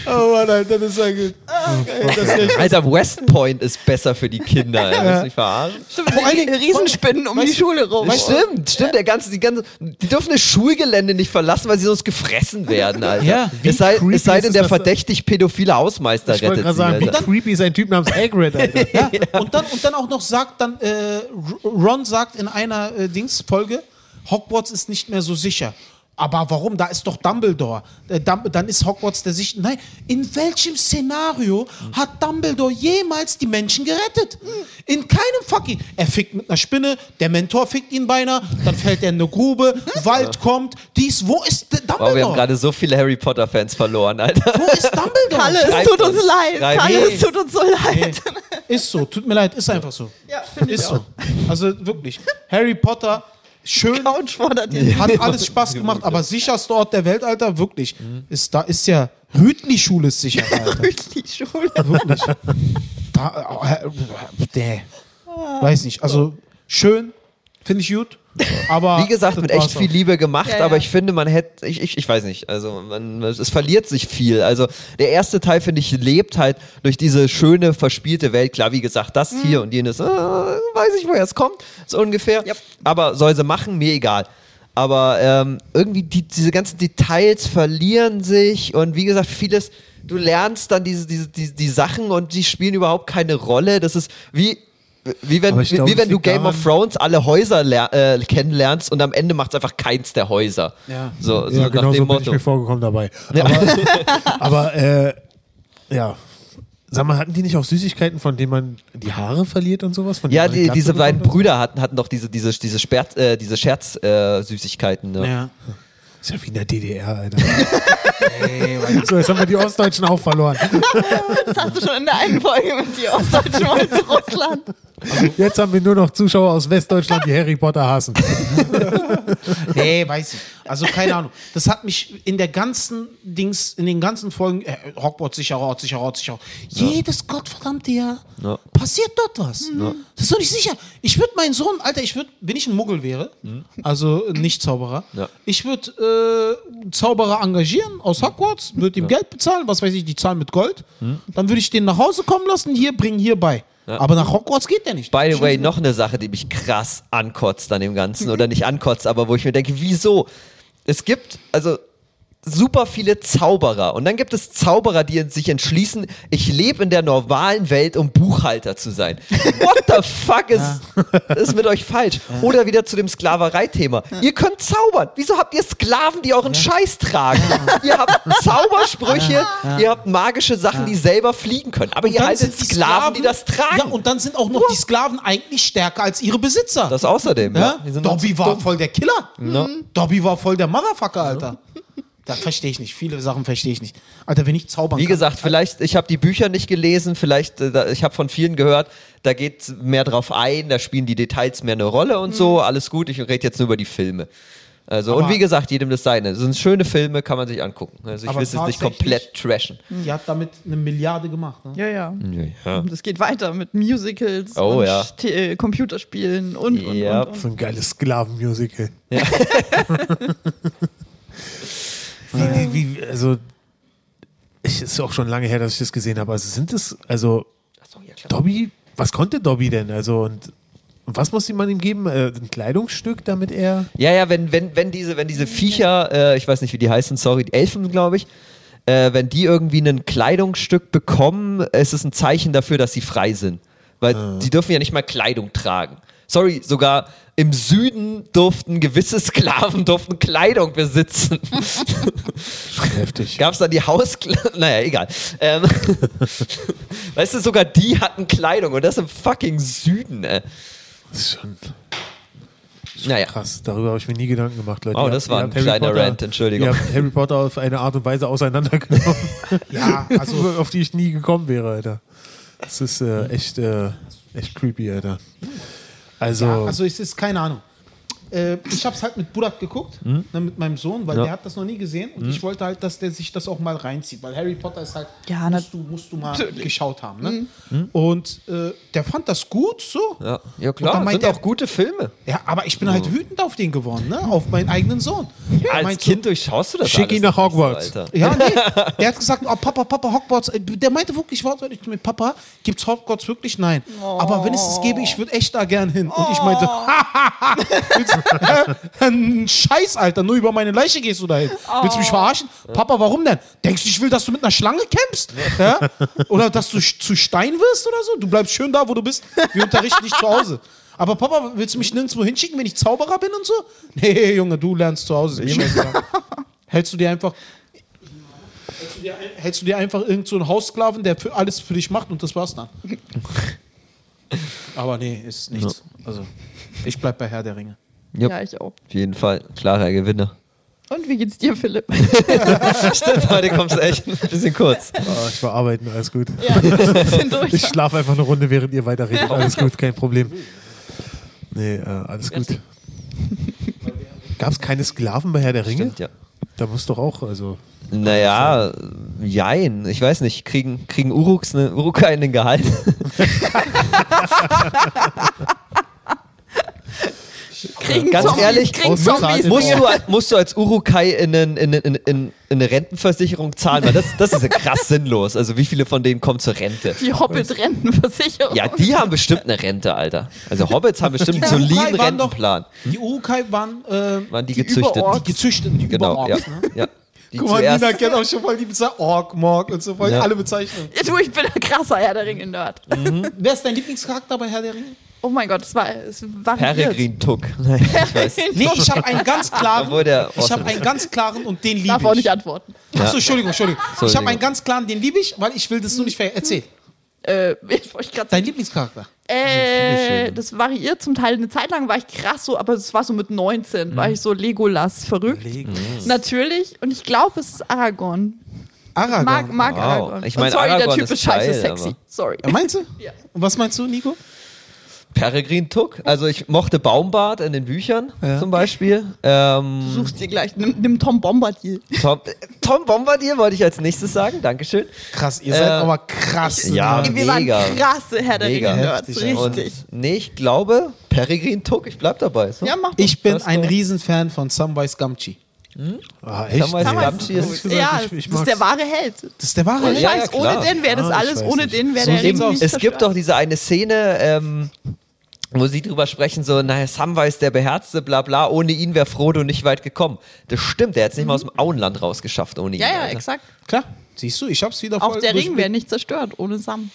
S3: Oh Mann, Alter, das war gut.
S1: Oh,
S4: Alter, West Point ist besser für die Kinder. Ja. Willst du mich verarschen?
S2: Stimmt,
S3: Vor allen
S2: die
S3: Dingen-
S2: Riesenspinnen um die Schule
S3: Oh,
S2: rum.
S4: stimmt, stimmt. Der ganze, die, ganze, die dürfen das Schulgelände nicht verlassen, weil sie sonst gefressen werden, Alter.
S3: Ja.
S1: Wie
S4: es sei,
S1: creepy
S4: es sei
S1: ist
S4: denn,
S1: es,
S4: der
S1: dass da-
S4: verdächtig pädophile Hausmeister
S1: Ich wollte
S4: rettet
S1: gerade
S4: sie.
S1: sagen, wie
S4: Alter.
S1: creepy ist ein Typ namens Hagrid,
S4: *laughs*
S1: Alter.
S3: Ja. Und, dann, und dann auch noch sagt, dann äh, Ron sagt in einer äh, Dingsfolge, Hogwarts ist nicht mehr so sicher. Aber warum? Da ist doch Dumbledore. Äh, Dumb dann ist Hogwarts der Sicht. Nein, in welchem Szenario hat Dumbledore jemals die Menschen gerettet? In keinem fucking. Er fickt mit einer Spinne, der Mentor fickt ihn beinahe, dann fällt er in eine Grube,
S4: *laughs*
S3: Wald kommt, dies. Wo ist D-
S4: Wow, wir haben
S3: Dumbledore?
S4: gerade so viele Harry Potter-Fans verloren, Alter.
S3: wo ist Dumbledore?
S2: Kalle, es
S4: Schreibt
S2: tut uns
S4: uns.
S2: leid.
S4: Schreibt
S2: Kalle,
S4: uns.
S2: es tut uns so leid. *laughs*
S3: Ist so, tut mir leid, ist einfach so.
S2: Ja, finde ich
S3: Ist so. Also wirklich. Harry Potter, schön,
S2: Couch fordert ihn.
S3: hat alles Spaß gemacht, aber sicherster Ort der Welt, Alter, wirklich.
S2: Mhm.
S3: Ist da ist ja Rütli-Schule ist sicher,
S2: *laughs*
S3: Alter.
S2: Die Schule.
S3: wirklich. Da, äh, äh, däh. Weiß nicht. Also schön, finde ich gut. Aber
S4: Wie gesagt,
S3: das
S4: mit echt
S3: war's
S4: viel
S3: auch.
S4: Liebe gemacht,
S2: Ja, ja.
S4: aber ich finde, man hätte, ich, ich, ich weiß nicht, also man, es verliert sich viel. Also der erste Teil, finde ich, lebt halt durch diese schöne, verspielte Welt. Klar, wie gesagt, das
S2: Hm.
S4: hier und jenes, äh, weiß ich, woher es kommt, so ungefähr.
S2: Yep.
S4: Aber soll sie machen, mir egal. Aber ähm, irgendwie die, diese ganzen Details verlieren sich und wie gesagt, vieles, du lernst dann diese, diese, die, die Sachen und die spielen überhaupt keine Rolle. Das ist wie, wie wenn,
S1: Aber ich
S4: wie,
S1: glaube,
S4: wie
S1: es
S4: wenn du
S1: liegt
S4: Game of
S1: daran-
S4: Thrones alle Häuser ler- äh, kennenlernst und am Ende macht es einfach keins der Häuser.
S3: Ja.
S4: So, so
S1: Ja,
S4: nach
S1: genau so
S4: dem
S1: bin ich
S4: Motto.
S1: mir vorgekommen dabei.
S4: *laughs*
S1: Aber, aber äh, ja. Sag mal, hatten die nicht auch Süßigkeiten, von denen man die Haare verliert und sowas? Von denen
S4: Ja,
S1: man eine
S4: die,
S1: Glatze
S4: diese beiden
S1: bekommt?
S4: Brüder hatten, hatten doch diese, diese, diese, Sperz, äh, diese Scherzsüßigkeiten. Äh, Süßigkeiten, ne?
S3: Ja.
S1: Ist ja wie in der DDR,
S4: *laughs*
S1: Alter. so, jetzt haben wir die Ostdeutschen auch verloren.
S2: Das hast du schon in der einen Folge mit dir aus Deutschland zu Russland.
S1: Jetzt haben wir nur noch Zuschauer aus Westdeutschland, die Harry Potter hassen.
S3: Nee, weiß ich. Also keine Ahnung. Das hat mich in der ganzen Dings, in den ganzen Folgen, äh, Hogwarts sicherer Ort, sicherer Ort, sicherer Ort. Jedes gottverdammte Jahr
S4: Ja.
S3: passiert dort was. Das ist doch nicht sicher. Ich würde meinen Sohn, Alter, ich würde, wenn ich ein Muggel wäre, also nicht Zauberer,
S4: Mhm. Ja.
S3: ich würde äh, einen Zauberer engagieren aus Hogwarts, würde ihm Geld bezahlen, was weiß ich, die zahlen mit Gold.
S4: Mhm.
S3: Dann würde ich den nach Hause kommen lassen, hier, bring hier bei. Aber nach Hogwarts geht der nicht.
S4: By the way, noch eine Sache, die mich krass ankotzt an dem Ganzen. Oder nicht ankotzt, aber wo ich mir denke, wieso? Es gibt, also super viele Zauberer. Und dann gibt es Zauberer, die sich entschließen, ich lebe in der normalen Welt, um Buchhalter zu sein. What the fuck ist, ist mit euch falsch? Oder wieder zu dem Sklaverei-Thema. Ihr könnt zaubern. Wieso habt ihr Sklaven, die euren Scheiß tragen? Ihr habt Zaubersprüche, ihr habt magische Sachen, die selber fliegen können. Aber ihr
S3: dann
S4: haltet
S3: sind die
S4: Sklaven, die das tragen.
S3: Ja, und dann sind auch noch die Sklaven eigentlich stärker als ihre Besitzer.
S4: Das außerdem, ja.
S3: ja?
S4: Die sind halt
S3: Dobby
S4: auch-
S3: war voll der Killer.
S4: Mhm.
S3: Dobby war voll der Motherfucker, Alter. Das verstehe ich nicht. Viele Sachen verstehe ich nicht. Alter, wenn ich zaubern
S4: Wie
S3: kann.
S4: gesagt, vielleicht, ich habe die Bücher nicht gelesen, vielleicht, äh, da, ich habe von vielen gehört, da geht mehr drauf ein, da spielen die Details mehr eine Rolle und so, alles gut, ich rede jetzt nur über die Filme. Also, und
S3: Mhm. Aber-
S4: wie gesagt, jedem das seine. Das sind schöne Filme, kann man sich angucken. Also ich
S3: Aber
S4: will es jetzt nicht
S3: tatsächlich-
S4: komplett trashen.
S3: Die hat damit eine Milliarde gemacht. Ne?
S2: Ja, ja.
S4: Ja.
S2: Und es geht weiter mit Musicals
S4: Oh,
S2: und
S4: ja.
S2: T- äh, Computerspielen und, und,
S4: Ja.
S2: und, und.
S1: So ein geiles Sklavenmusical. *laughs* wie, wie, wie, also, es ist auch schon lange her, dass ich das gesehen habe. Also sind es, also
S4: Achso, ja klar.
S1: Dobby, was konnte Dobby denn? Also und, und was musste man ihm geben? Äh, ein Kleidungsstück, damit
S4: *laughs*
S1: er.
S4: Ja, ja, wenn, wenn, wenn diese, wenn diese Viecher, äh, ich weiß nicht, wie die heißen, sorry, die Elfen, glaube ich, äh, wenn die irgendwie ein Kleidungsstück bekommen, ist es ein Zeichen dafür, dass sie frei sind. Weil die dürfen ja nicht mal Kleidung tragen. sorry, sogar im Süden durften gewisse Sklaven *laughs* durften Kleidung besitzen.
S1: Heftig.
S4: Gab es dann die Hauskleidung? *laughs* Naja, egal. Ähm, *laughs* weißt du, sogar die hatten Kleidung und das im fucking Süden, ey.
S1: Das ist schon
S4: Naja.
S1: krass. Darüber habe ich mir nie Gedanken gemacht, Leute.
S4: Oh,
S1: Ihr
S4: das
S1: habt-
S4: war
S1: ihr
S4: ein
S1: habt Harry
S4: kleiner
S1: Potter-
S4: Rant, Entschuldigung.
S1: Ihr habt Harry Potter auf eine Art und Weise
S4: *laughs*
S1: auseinandergenommen,
S3: Ja, also
S1: auf die ich nie gekommen wäre, Alter. Das ist äh, echt, äh, echt creepy, Alter. Also,
S3: Ja, also es ist keine Ahnung. Äh, ich habe es halt mit Budak geguckt, ne, mit meinem Sohn, weil
S4: Hm? Ja. Hm?
S3: der hat das noch nie gesehen und ich wollte halt, dass der sich das auch mal reinzieht, weil Harry Potter ist halt,
S2: Ja,
S3: musst, du, musst du mal geschaut haben. Ne? Und äh, der fand das gut so.
S4: Hm? Ja, ja
S3: Und dann
S4: klar,
S3: meint
S4: sind
S3: er-
S4: auch gute Filme.
S3: Ja, aber ich bin halt wütend auf den geworden, ne? auf meinen eigenen Sohn. Er
S4: Als
S3: meint
S4: Kind durchschaust du das
S1: Schick
S4: alles
S1: ihn nach
S4: nicht,
S1: Hogwarts.
S4: Alter.
S3: So, ja, nee. Der hat gesagt, oh, Papa, Papa, Hogwarts. Äh, Der meinte wirklich wortwörtlich mit Papa, gibt's Hogwarts wirklich? Nein. Aber wenn es es gäbe, ich würde echt da gern hin. Und ich meinte, *laughs* Ein Scheiß, Alter. Nur über meine Leiche gehst du dahin. Willst du mich verarschen? Papa, warum denn? Denkst du, ich will, dass du mit einer Schlange kämpfst? Ja? Oder dass du sch- zu Stein wirst oder so? Du bleibst schön da, wo du bist. Wir unterrichten dich zu Hause. Aber Papa, willst du mich nirgendwo hinschicken, wenn ich Zauberer bin und so? Nee, Junge, du lernst zu Hause. Ist mir scheißegal. *laughs* Hältst du dir einfach. Hältst du dir ein- Hältst du dir einfach irgendeinen so einen Haussklaven, der für alles für dich macht und das war's dann? *laughs* Aber nee, ist nichts. Also, ich bleib bei Herr der Ringe.
S4: Jupp.
S2: Ja, ich auch.
S4: Auf jeden Fall, klarer Gewinner. *laughs*
S2: Und wie geht's dir, Philipp?
S4: Stimmt, heute kommst du echt ein bisschen kurz.
S1: ah, ich war arbeiten, alles gut.
S2: Ja, wir sind
S1: Ich
S2: durch.
S1: schlafe einfach eine Runde, während ihr weiterredet. Alles gut, kein Problem. Nee, äh, alles gut. Gab es keine Sklaven bei Herr der Ringe?
S4: Stimmt, ja.
S1: Da muss doch auch, also.
S4: Naja, jein. Ich weiß nicht. Kriegen, kriegen Uruks ne, Urukai einen *laughs* Gehalt?
S2: Kriegen
S4: Ganz
S2: Zombies,
S4: ehrlich,
S2: kriegen
S1: aus-
S2: Zombies.
S4: musst, du, als- musst du als Urukai in, einen- in, in, in, in eine Rentenversicherung zahlen? Weil das, das ist
S3: *laughs*
S4: ja krass sinnlos. Also, wie viele von denen kommen zur Rente?
S2: Die Hobbit-Rentenversicherung.
S4: Ja, die haben bestimmt eine Rente, Alter. Also, Hobbits haben bestimmt einen soliden
S3: Urukai waren doch-
S4: Rentenplan.
S3: Die Urukai waren, äh,
S4: Waren die,
S2: Die
S4: gezüchtet?
S2: Überorks.
S3: die gezüchteten, die
S4: Genau, ja.
S3: Überorks, ne?
S4: ja. Die
S3: Guck mal,
S4: zuerst-
S3: Nina kennt auch schon voll die Bezeichnung. Ork, Morg und so voll
S4: Ja.
S3: alle Bezeichnungen.
S2: Ja, *laughs* du, ich bin ein krasser Herr der Ringe-Nerd.
S4: Mhm.
S3: Wer ist dein Lieblingscharakter bei Herr der Ringe?
S2: Oh mein Gott, es war es variiert.
S4: Peregrin Tuck. Nein, ich weiß.
S3: Nee, ich habe einen ganz klaren.
S4: Obwohl der
S3: ich habe
S4: awesome
S3: einen
S4: ist.
S3: ganz klaren und den liebe
S2: Darf auch
S3: ich.
S2: nicht antworten.
S4: Ja.
S3: Achso, Entschuldigung,
S4: *laughs*
S3: Entschuldigung. Ich habe
S4: Entschuldigung.
S3: einen ganz klaren, den liebe ich, weil ich will das nur nicht ver. Erzähl.
S2: Äh, *laughs* ich wollte gerade
S3: Dein Lieblingscharakter.
S2: Äh, das variiert zum Teil. Eine Zeit lang war ich krass so, aber es war so mit 19,
S4: Mhm.
S2: war ich so Legolas verrückt.
S4: Hm.
S2: Natürlich. Und ich glaube, es ist Aragorn.
S3: Aragorn.
S2: Mag, mag
S4: Wow.
S2: Aragorn.
S4: Ich
S2: Und
S4: meine,
S2: sorry, der
S4: Aragorn
S2: Typ
S4: ist
S2: ist scheiße
S4: geil,
S2: sexy.
S4: aber-
S2: Sorry.
S3: Ja, Äh, Meinst du?
S2: Ja.
S3: Und was meinst du, Nico?
S4: Peregrin Tuck. Also ich mochte Baumbart in den Büchern zum Beispiel. Ähm,
S2: Suchst dir gleich. Nimm, nimm Tom Bombardier.
S4: Tom, Tom Bombardier wollte ich als nächstes sagen. Dankeschön.
S3: Krass, ihr
S4: Äh,
S3: seid aber krass.
S4: ja.
S3: Mann.
S2: Wir
S4: Mega.
S2: waren krasse Herr der
S4: Mega.
S2: Ringe-Nerds.
S3: Heftig, ey.
S4: Und
S2: Richtig.
S4: nee, ich glaube, Peregrin Tuck, ich bleib dabei. So.
S2: ja, mach mal.
S3: Ich bin
S4: Das
S3: ein
S4: war-
S3: Riesenfan von Samwise Gamgee.
S1: Ah,
S4: Damals
S1: Nee.
S4: gab es
S1: Ehrlich gesagt,
S2: ja,
S1: ich- ich
S2: das ist
S1: mag's.
S2: der wahre Held.
S3: Das ist der wahre
S2: Ohne
S4: Ja, ja,
S2: Scheiß,
S4: klar.
S2: ohne den wäre das
S1: Ah, ich
S2: alles,
S1: weiß
S2: ohne
S1: nicht.
S2: den wäre
S3: So
S2: der
S3: sieht's
S2: Ring
S3: aus.
S2: nicht
S4: Es gibt doch
S2: zerstört.
S4: diese eine Szene, ähm, wo sie drüber sprechen, so, naja, Samwise, der Beherzte, bla bla, ohne ihn wäre Frodo nicht weit gekommen. Das stimmt, der hätte es nicht mal aus dem Auenland rausgeschafft ohne ihn.
S2: Ja, ja,
S4: Alter.
S2: exakt.
S3: Klar. Siehst du, ich hab's wieder voll
S2: Auch der Ring
S3: durchblickt.
S2: wäre nicht zerstört, ohne Sam.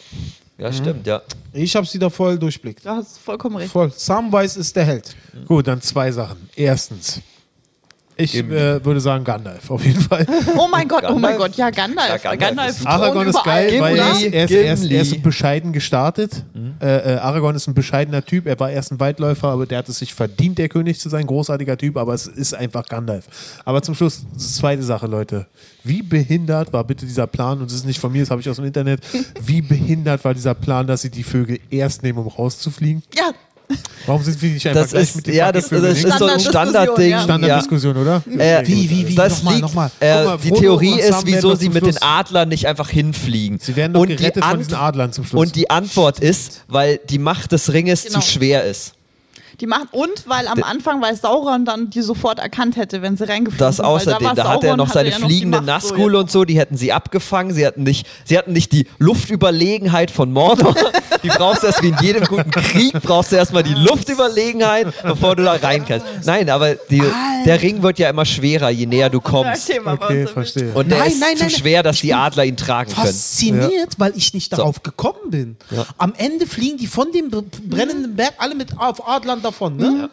S4: Ja, stimmt, ja.
S3: Ich hab's wieder voll durchblickt.
S2: Da hast du vollkommen recht.
S3: Voll. Samwise ist der Held.
S1: Gut, dann zwei Sachen. Erstens. Ich äh, würde sagen Gandalf, auf jeden Fall.
S2: *laughs* Oh mein Gott, oh mein
S4: Gandalf?
S2: Gott, ja, Gandalf.
S4: Ja,
S2: Ja,
S4: Gandalf
S2: Gandalf
S4: ist-
S2: Thron
S1: Aragorn ist
S2: überall.
S1: geil, weil er
S4: Gimli,
S1: ist, er, ist, er, ist, er
S4: Gimli.
S1: ist bescheiden gestartet. Äh, äh, Aragorn ist ein bescheidener Typ. Er war erst ein Waldläufer, aber der hat es sich verdient, der König zu sein. Großartiger Typ, aber es ist einfach Gandalf. Aber zum Schluss, zweite Sache, Leute. Wie behindert war bitte dieser Plan, und das ist nicht von mir, das habe ich aus dem Internet, wie behindert war dieser Plan, dass sie die Vögel erst nehmen, um rauszufliegen?
S2: Ja,
S1: Warum sind wir nicht einfach
S4: Das
S1: gleich
S4: ist,
S1: mit den
S4: ja,
S1: fucking
S4: das, das
S1: Vögeln
S4: ist so ein
S2: Standarddiskussion,
S4: Standardding.
S2: ja.
S4: ja.
S1: Standarddiskussion, oder?
S4: Äh,
S1: Okay, gut,
S3: wie, wie?
S4: Das
S3: Nochmal,
S4: liegt,
S3: nochmal.
S4: Äh,
S1: Guck mal,
S4: die
S1: Frodo
S4: Theorie
S1: und
S4: ist,
S1: Sam
S4: wieso
S1: werden
S4: sie
S1: doch
S4: mit
S1: zum
S4: den
S1: Schluss-
S4: Adlern nicht einfach hinfliegen.
S1: Sie werden doch
S4: die
S1: gerettet von
S4: Ant-
S1: diesen Adlern zum Schluss.
S4: Und die Antwort ist, weil die Macht des Ringes
S2: Genau.
S4: zu schwer ist.
S2: Die machen, und weil am Anfang, weil Sauron dann die sofort erkannt hätte, wenn sie reingeflogen
S4: Das
S2: sind, weil
S4: außerdem,
S2: war
S4: da hat er
S2: Sauron,
S4: noch seine
S2: ja die
S4: fliegenden
S2: Macht, so
S4: Nazgul
S2: jetzt-
S4: und so, die hätten sie abgefangen. Sie hatten nicht, sie hatten nicht die Luftüberlegenheit von Mordor. *laughs* Die brauchst du erst wie in jedem guten Krieg, brauchst du erstmal die Luftüberlegenheit, bevor du da rein kannst. Nein, aber die, der Ring wird ja immer schwerer, je näher du kommst.
S2: Ja, Thema bei
S1: Okay,
S2: uns.
S1: verstehe.
S4: Und der
S3: Nein,
S4: ist
S3: nein,
S4: zu
S3: nein,
S4: schwer, dass die Adler ihn tragen können.
S3: Fasziniert, weil ich nicht darauf gekommen bin.
S4: Ja.
S3: Am Ende fliegen die von dem br-
S2: Mhm.
S3: brennenden Berg alle mit auf Adlern davon. Ne?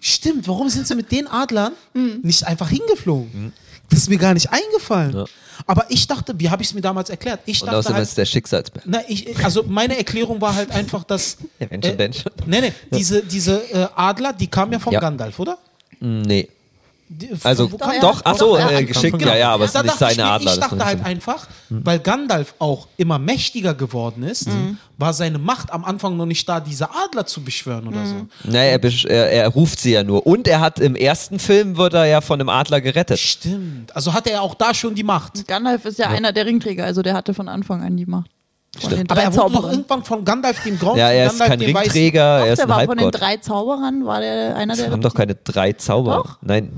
S3: Stimmt, warum sind sie mit den Adlern
S2: Mhm.
S3: nicht einfach hingeflogen? Das ist mir gar nicht eingefallen. Aber ich dachte, wie habe ich es mir damals erklärt? Ich
S4: Und
S3: dachte
S4: außerdem
S3: halt,
S4: ist der Schicksalsberg.
S3: Na, ich, also meine Erklärung war halt einfach, dass. äh,
S4: Ja, wenn schon, wenn schon.
S3: Nee, nee, diese, diese äh, Adler, die kamen ja von
S4: Ja.
S3: Gandalf, oder?
S4: Nee.
S3: Die, äh, von
S4: Also,
S3: wo
S4: doch,
S3: kam-
S4: doch, ach so,
S3: ja,
S4: äh,
S3: Anfang
S4: geschickt,
S3: von-
S4: ja, ja, aber es
S3: Da
S4: sind nicht
S3: dachte ich
S4: seine Mhm.
S3: mir,
S4: Adler.
S3: Ich
S4: das
S3: dachte
S4: ist
S3: halt
S4: nicht
S3: einfach, weil Gandalf auch immer mächtiger geworden ist, war seine Macht am Anfang noch nicht da, diese Adler zu beschwören oder so.
S4: so. Naja, er, besch- er, er ruft sie ja nur. Und er hat im ersten Film, wird er ja von einem Adler gerettet.
S3: Stimmt. Also hatte er auch da schon die Macht.
S2: Gandalf ist ja, einer der Ringträger, also der hatte von Anfang an die Macht. Von den
S3: Aber
S2: drei
S3: er wurde doch
S2: Zauberern.
S3: irgendwann von Gandalf dem Grauen
S4: Ja,
S3: zu
S4: er ist
S3: Gandalf
S4: kein
S3: dem Weißen.
S4: Ringträger, er
S2: Doch,
S4: ist
S2: der
S4: ein
S2: war von den
S4: Halbgott.
S2: drei Zauberern, war der einer
S4: Wir
S2: der
S4: haben doch keine drei Zauber.
S2: Doch.
S4: Nein.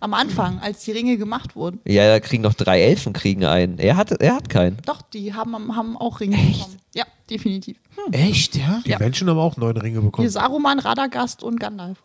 S2: am Anfang, als die Ringe gemacht wurden.
S4: Ja, da kriegen noch drei Elfen kriegen einen. Er hat, er hat keinen.
S2: Doch, die haben, am- haben auch Ringe bekommen. Ja, definitiv.
S3: Echt, ja?
S1: Die Menschen haben auch neun Ringe
S2: Hier
S1: bekommen.
S2: Saruman, Radagast und Gandalf.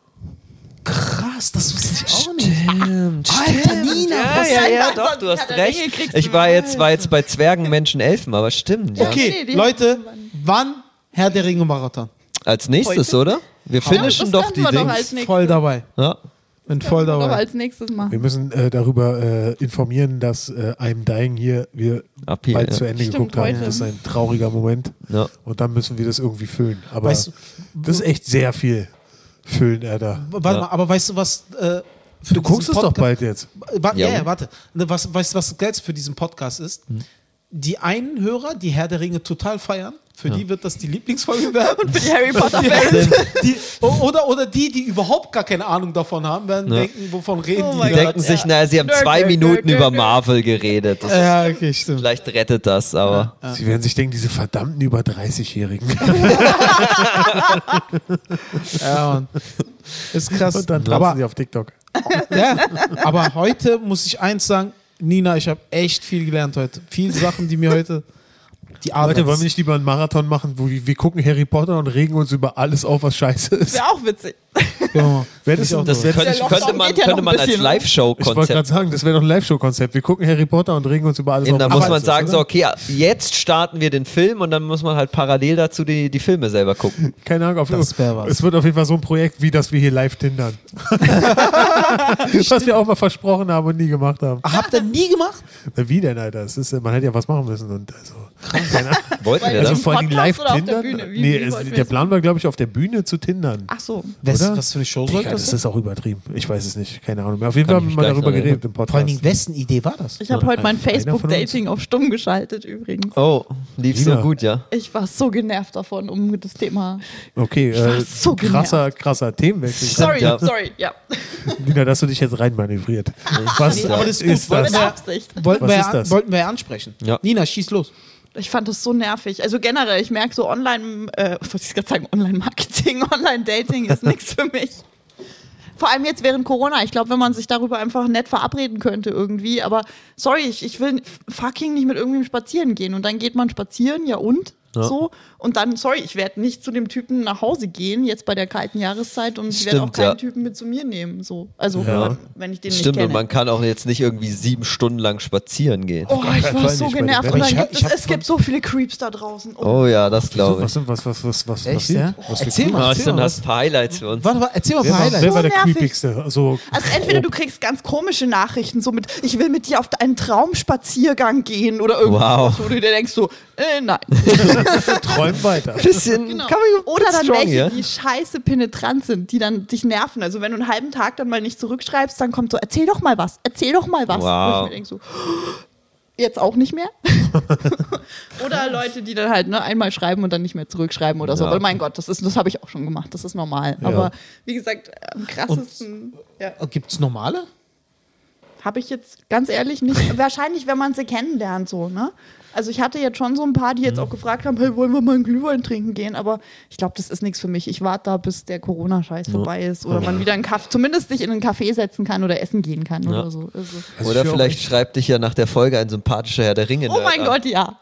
S3: Krass, das wusste ich auch nicht.
S4: Stimmt,
S3: Alter, Nina,
S4: Ja,
S3: was
S4: ja, ja,
S2: denn?
S4: doch, du
S2: Oh, Ja,
S4: hast
S2: der Ringe
S4: recht.
S2: kriegst
S4: Ich
S2: du
S4: war jetzt, war jetzt bei Zwergen, Menschen, Elfen, aber stimmt. Ja.
S3: Okay,
S2: Nee, die-
S3: Leute, wann Herr der Ringe Marathon?
S4: Als nächstes, oder? Wir finishen
S2: das
S4: doch
S2: können
S4: die
S2: wir doch
S4: Dings.
S2: als Oh nächstes.
S3: Voll dabei.
S4: Ja.
S3: Bin voll
S2: Doch
S3: dabei.
S2: als nächstes
S1: Wir
S2: machen.
S1: müssen äh, darüber äh, informieren, dass äh, I'm Dying hier wir
S4: Ab hier,
S1: bald
S4: ja.
S1: zu Ende
S2: Stimmt,
S1: geguckt haben.
S2: heute.
S1: Das ist ein trauriger Moment.
S4: Ja.
S1: Und dann müssen wir das irgendwie füllen. Aber
S3: Weißt du-
S1: das ist echt sehr viel füllen, er da.
S3: Warte mal, aber weißt du was? Äh, für
S1: Du guckst es
S3: diesen
S1: doch
S3: Podca-
S1: bald jetzt.
S3: Wa-
S4: Ja.
S3: ja, ja, warte. Ne, Was, weißt du, was das Geilste für diesen Podcast ist?
S1: Hm.
S3: Die einen Hörer, die Herr der Ringe total feiern, für die wird das die Lieblingsfolge
S2: *laughs*
S3: werden.
S2: Für die Harry Potter Fans.
S3: die, o- oder, oder die, die überhaupt gar keine Ahnung davon haben, werden
S4: Ja.
S3: denken, wovon reden die?
S2: mein
S4: Die
S3: gerade?
S4: denken sich, naja, sie haben
S2: Nö,
S4: zwei
S2: nö,
S4: Minuten
S2: nö,
S4: über
S2: nö. Äh.
S4: Marvel geredet. Das
S3: Ja, okay, stimmt.
S4: Vielleicht rettet das, aber.
S1: Sie werden sich denken, diese verdammten über 30-Jährigen.
S3: Ja, Mann. Ist krass.
S1: Und dann tanzen
S3: aber,
S1: sie auf TikTok.
S3: ja, aber heute muss ich eins sagen, Nina, ich habe echt viel gelernt heute. Viele Sachen, die mir heute die Arbeit.
S1: Leute, wollen wir nicht lieber einen Marathon machen, wo wir, wir gucken Harry Potter und regen uns über alles auf, was scheiße ist?
S2: Wäre auch witzig.
S3: Ja.
S1: Wäre das, das wär,
S4: Könnte,
S2: Lockdown
S4: könnte man,
S2: geht ja noch
S4: könnte man
S2: ein
S4: als
S2: bisschen, ne? oder?
S1: ich wollte gerade
S4: Live-Show-Konzept.
S1: sagen, das wäre doch ein Live-Show-Konzept. Wir gucken Harry Potter und regen uns über alles
S4: Eben,
S1: auf.
S4: Da
S1: was ne?
S4: muss
S1: scheiße
S4: man
S1: ist,
S4: sagen,
S1: oder?
S4: so, okay, jetzt starten wir den Film und dann muss man halt parallel dazu die, die Filme selber gucken.
S1: Keine Ahnung, auf
S3: Das wär was.
S1: es wird auf jeden Fall so ein Projekt, wie das wir hier live *laughs* tindern. was wir auch mal versprochen haben und nie gemacht haben.
S3: Habt ihr nie gemacht?
S1: Na, wie denn, Alter? Es ist, äh, man hätte ja was machen müssen. Und also, keine Ahnung.
S4: Wollten wir
S2: Weil-
S1: also
S4: das?
S2: Im
S1: vor allem
S2: Podcast
S1: live
S2: oder auf
S1: tindern.
S2: der Bühne? Wie-
S1: nee,
S2: wie
S1: es,
S2: wollten wir
S1: der
S2: es
S1: Plan war, glaube ich, auf der Bühne zu tindern.
S2: Ach so.
S3: Was,
S1: Oder?
S3: was für eine Show
S1: Digga,
S3: sollte
S1: das
S3: das
S1: ist auch übertrieben. Ich weiß es nicht. Keine Ahnung. Auf jeden
S4: Kann
S1: Fall haben wir
S4: ich mich
S1: mal
S4: gleich
S1: darüber
S4: noch
S1: geredet im
S3: Vor allen
S1: Podcast.
S3: Dingen, wessen Idee war das?
S2: Ich habe heute mein
S1: einer von uns.
S2: Facebook-Dating auf stumm geschaltet übrigens.
S4: Oh, lief so
S1: Nina.
S4: gut, ja.
S2: Ich war so genervt davon, um das Thema.
S1: Okay, äh,
S2: war so
S1: krasser, krasser Themenwechsel.
S2: Sorry,
S4: ja.
S2: sorry, ja.
S1: Nina, dass du dich jetzt reinmanövriert. Was
S3: Nee, aber das ist gut.
S1: ist
S3: Wollen
S1: das?
S2: Mit
S3: wir-
S2: Absicht.
S3: Wollten,
S1: Was
S3: wir,
S1: ist das?
S3: wollten wir ja ansprechen.
S4: Ja.
S3: Nina, schieß los.
S2: Ich fand das so nervig. Also generell, ich merke so online, äh, was wollte ich gerade sagen, Online-Marketing, *laughs* Online-Dating ist nichts für mich. Vor allem jetzt während Corona. Ich glaube, wenn man sich darüber einfach nett verabreden könnte irgendwie. Aber sorry, ich, ich will fucking nicht mit irgendwem spazieren gehen. Und dann geht man spazieren, ja und? So. Und dann, sorry, ich werde nicht zu dem Typen nach Hause gehen, jetzt bei der kalten Jahreszeit. Und ich werde auch
S4: Stimmt,
S2: keinen
S4: ja.
S2: Typen mit zu mir nehmen. So. Also,
S1: Ja.
S2: wenn ich den nicht
S4: Stimmt, und
S2: kenne.
S4: man kann auch jetzt nicht irgendwie sieben Stunden lang spazieren gehen.
S2: Oh, ich
S1: Fall
S2: war so
S1: nicht bei den
S2: genervt.
S1: Wetten.
S2: Und dann
S3: Ich hab-
S2: gibt
S3: ich
S2: es,
S3: hab
S2: es
S3: von-
S2: gibt so viele Creeps da draußen. Oh,
S4: Oh ja, das
S1: So,
S4: glaube
S1: was,
S4: ich.
S1: was, was, was, was
S3: Echt,
S1: passiert?
S3: ja?
S1: Was
S3: Erzähl mal.
S4: Ah,
S3: erzähl
S4: stimmt,
S3: mal was.
S4: hast ein paar Highlights für uns.
S3: Warte mal, erzähl mal ein
S1: Wer
S3: paar
S1: war, wer
S3: Highlights.
S1: war der
S2: nervig.
S1: creepigste? So
S2: Also entweder du kriegst ganz komische Nachrichten, so mit, ich will mit dir auf einen Traumspaziergang gehen oder irgendwas,
S4: Wow.
S2: wo du dir denkst so, äh,
S4: *laughs*
S2: nein.
S1: oh, träum weiter.
S4: Bisschen
S2: Genau. Oder dann
S4: strong,
S2: welche,
S4: ja?
S2: die scheiße penetrant sind, die dann dich nerven. Also wenn du einen halben Tag dann mal nicht zurückschreibst, dann kommt so, erzähl doch mal was, erzähl doch mal was.
S4: Wow.
S2: Und ich mir denk so, jetzt auch nicht
S4: *laughs*
S2: mehr. *laughs* oder Leute, die dann halt ne, einmal schreiben und dann nicht mehr zurückschreiben oder so.
S4: Ja.
S2: Aber mein Gott, das, ist- das habe ich auch schon gemacht, das ist normal. Aber wie gesagt, am krassesten. ja.
S3: Gibt es Oh, normale?
S1: *laughs*
S2: Habe ich jetzt ganz ehrlich nicht. Wahrscheinlich, wenn man sie kennenlernt, so, ne? Also ich hatte jetzt schon so ein paar, die
S1: Mhm.
S2: jetzt auch gefragt haben, hey, wollen wir mal einen Glühwein trinken gehen? Aber ich glaube, das ist nichts für mich. Ich warte da, bis der Corona-Scheiß vorbei ist oder man wieder einen Kaffee, zumindest sich in einen Café setzen kann oder essen gehen kann oder so. Also,
S1: Also
S4: Oder
S1: ich hör
S4: vielleicht schreibt dich ja nach der Folge ein sympathischer Herr der Ringe.
S2: oh mein Gott, ja.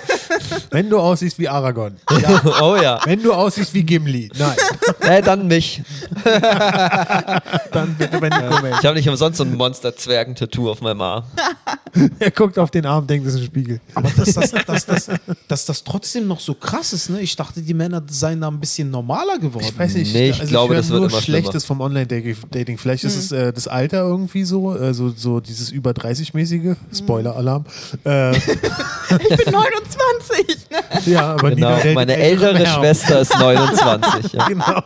S2: *laughs*
S1: Wenn du aussiehst wie Aragorn.
S4: Ja. *laughs* oh ja.
S1: Wenn du aussiehst wie Gimli. Nein.
S4: Äh, dann mich.
S1: Dann bitte wenn
S4: Ich habe nicht umsonst so ein Monster-Zwergen-Tattoo auf meinem Arm.
S1: Er guckt auf den Arm, denkt, das ist ein Spiegel.
S3: Aber dass das, dass, das, dass das trotzdem noch so krass ist, ne? Ich dachte, die Männer seien da ein bisschen normaler geworden.
S1: Ich weiß nicht,
S4: Nee, ich glaube,
S1: höre
S4: das wird
S1: nur
S4: immer
S1: Schlechtes vom Online-Dating. Vielleicht
S2: Hm.
S1: ist es äh, das Alter irgendwie so, äh, so, so dieses über 30-mäßige,
S2: Hm.
S1: Spoiler-Alarm. Äh,
S2: Ich bin 29. Ne?
S1: ja, aber Nina
S4: Genau.
S1: datet
S4: Meine
S1: ältere
S4: ältere
S1: Männer. *laughs*
S4: Schwester ist 29. Ja.
S1: genau.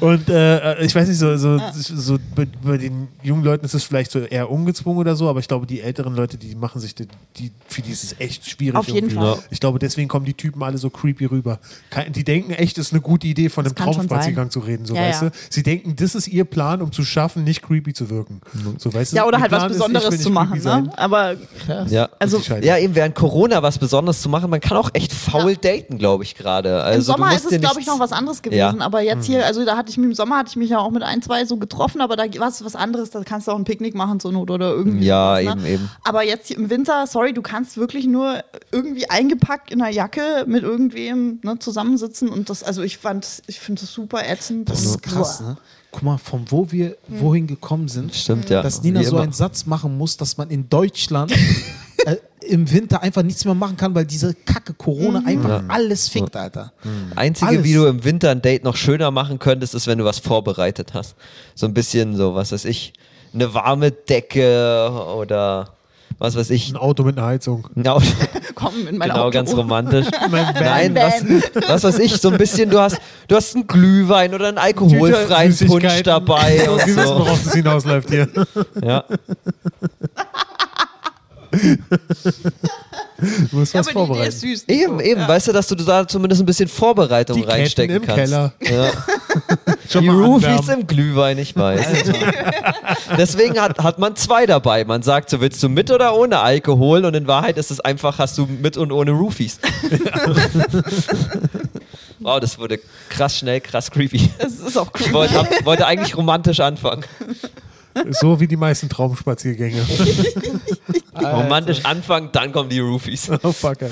S1: Und äh, ich weiß nicht, so, so, so bei, bei den jungen Leuten ist es vielleicht so eher ungezwungen oder so, aber ich glaube, die älteren Leute, die machen sich, die, die, für die ist es echt schwierig.
S2: Auf jeden
S1: irgendwie.
S2: Fall.
S1: Ich glaube, deswegen kommen die Typen alle so creepy rüber. Kein- Die denken echt, es ist eine gute Idee, von einem
S2: kann schon
S1: Traumspaziergang zu reden, so
S2: Ja,
S1: weißt
S2: ja.
S1: du. Sie denken, das ist ihr Plan, um zu schaffen, nicht creepy zu wirken.
S4: Mhm.
S1: So weißt du.
S2: Ja, oder
S1: ihr
S2: halt was
S1: Plan ist, ich
S2: Besonderes
S1: will
S2: zu
S1: nicht
S2: machen.
S1: creepy
S2: Ne? Aber
S4: Ja.
S2: also
S1: sein.
S4: ja, eben während Corona was Besonderes zu machen. Man kann auch echt faul daten, glaube ich, gerade. Also,
S2: Im
S4: du
S2: Sommer
S4: musst
S2: ist es,
S4: dir
S2: glaube ich,
S4: nichts-
S2: noch was anderes gewesen.
S4: Ja. Hm.
S2: Aber jetzt hier, also da hatte ich mich im Sommer, hatte ich mich ja auch mit ein, zwei so getroffen, aber da war es was anderes, da kannst du auch ein Picknick machen zur Not oder irgendwie.
S4: Ja,
S2: sowas,
S4: eben,
S2: ne?
S4: eben.
S2: Aber jetzt hier im Winter, sorry, du kannst wirklich nur irgendwie eingepackt in einer Jacke mit irgendwem ne, zusammensitzen und das, also ich fand, ich finde das super ätzend.
S3: Das ist
S2: und-
S3: krass,
S2: Boah.
S3: ne? Guck mal, von wo wir wohin gekommen sind.
S4: Stimmt, ja.
S3: Dass Nina
S4: Wie
S3: so
S4: immer.
S3: einen Satz machen muss, dass man in Deutschland *laughs* äh, im Winter einfach nichts mehr machen kann, weil diese kacke Corona einfach alles fickt, Alter.
S4: Einzige,
S3: Alles.
S4: wie du im Winter ein Date noch schöner machen könntest, ist, wenn du was vorbereitet hast. So ein bisschen so, was weiß ich, eine warme Decke oder was weiß ich.
S1: Ein Auto mit einer Heizung.
S4: Ja,
S2: Komm in mein
S4: *laughs* genau,
S2: Auto.
S4: ganz romantisch.
S1: *laughs* Mein
S4: Nein,
S2: Van.
S4: was, was weiß ich, so ein bisschen, du hast, du hast einen Glühwein oder einen alkoholfreien
S1: Tüte
S4: Punsch
S1: Süßigkeiten. *laughs*
S4: dabei und
S1: Wir wissen,
S4: so.
S1: worauf das hinausläuft hier.
S4: Ja.
S1: Du musst
S2: Ja,
S1: was
S2: aber die Idee
S1: vorbereiten.
S2: ist süß.
S4: Eben, eben, weißt du, dass du da zumindest ein bisschen Vorbereitung
S1: Die Ketten
S4: reinstecken
S1: im
S4: kannst.
S1: Keller.
S4: Ja.
S1: *laughs* Schon
S4: Die
S1: mal
S4: Roofies
S1: anwärmen.
S4: im Glühwein, ich
S1: *laughs*
S4: weiß. Deswegen hat, hat man zwei dabei. Man sagt so, willst du mit oder ohne Alkohol? Und in Wahrheit ist es einfach, hast du mit und ohne
S1: *laughs*
S4: Roofies. wow, das wurde krass schnell, krass creepy.
S2: Es ist auch
S4: Ich
S2: cool.
S4: wollte, hab, wollte eigentlich romantisch anfangen.
S1: So wie die meisten Traumspaziergänge. *laughs* Ah,
S4: Romantisch anfangen, dann kommen die Roofies.
S1: Oh, fuck. ey.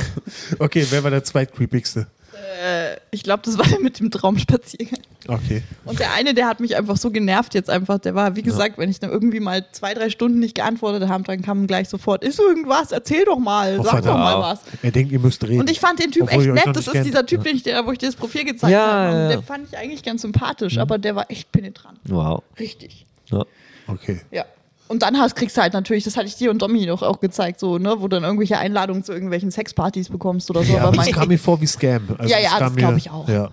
S1: Okay, wer war der zweitcreepigste?
S2: Ich glaube, das war der mit dem Traumspaziergang.
S1: Okay.
S2: Und der eine, der hat mich einfach so genervt jetzt einfach. Der war, wie gesagt, wenn ich dann irgendwie mal zwei, drei Stunden nicht geantwortet habe, dann kam gleich sofort, ist irgendwas, erzähl doch mal,
S1: Oh,
S2: sag doch
S1: verdammt.
S2: mal was.
S1: Er denkt, ihr müsst reden.
S2: Und ich fand den Typ
S1: Obwohl ihr euch
S2: echt
S1: noch
S2: nett. Das
S1: nicht
S2: ist
S1: kennt.
S2: dieser Typ, den ich dir, wo ich dir das Profil gezeigt
S4: Ja,
S2: habe.
S4: ja,
S2: Und
S4: ja.
S2: Den fand ich eigentlich ganz sympathisch,
S1: Mhm.
S2: aber der war echt penetrant.
S4: Wow.
S2: Richtig.
S4: Ja.
S1: Okay.
S2: Ja. Und dann hast, kriegst du halt natürlich, das hatte ich dir und Domi doch auch gezeigt, so, ne, wo du dann irgendwelche Einladungen zu irgendwelchen Sexpartys bekommst oder so.
S1: Ja,
S2: aber
S1: aber das
S2: Also mein-
S1: kam mir vor wie Scam. Also
S2: Ja, ja, das
S1: kam mir-
S2: glaub ich auch.
S1: Ja.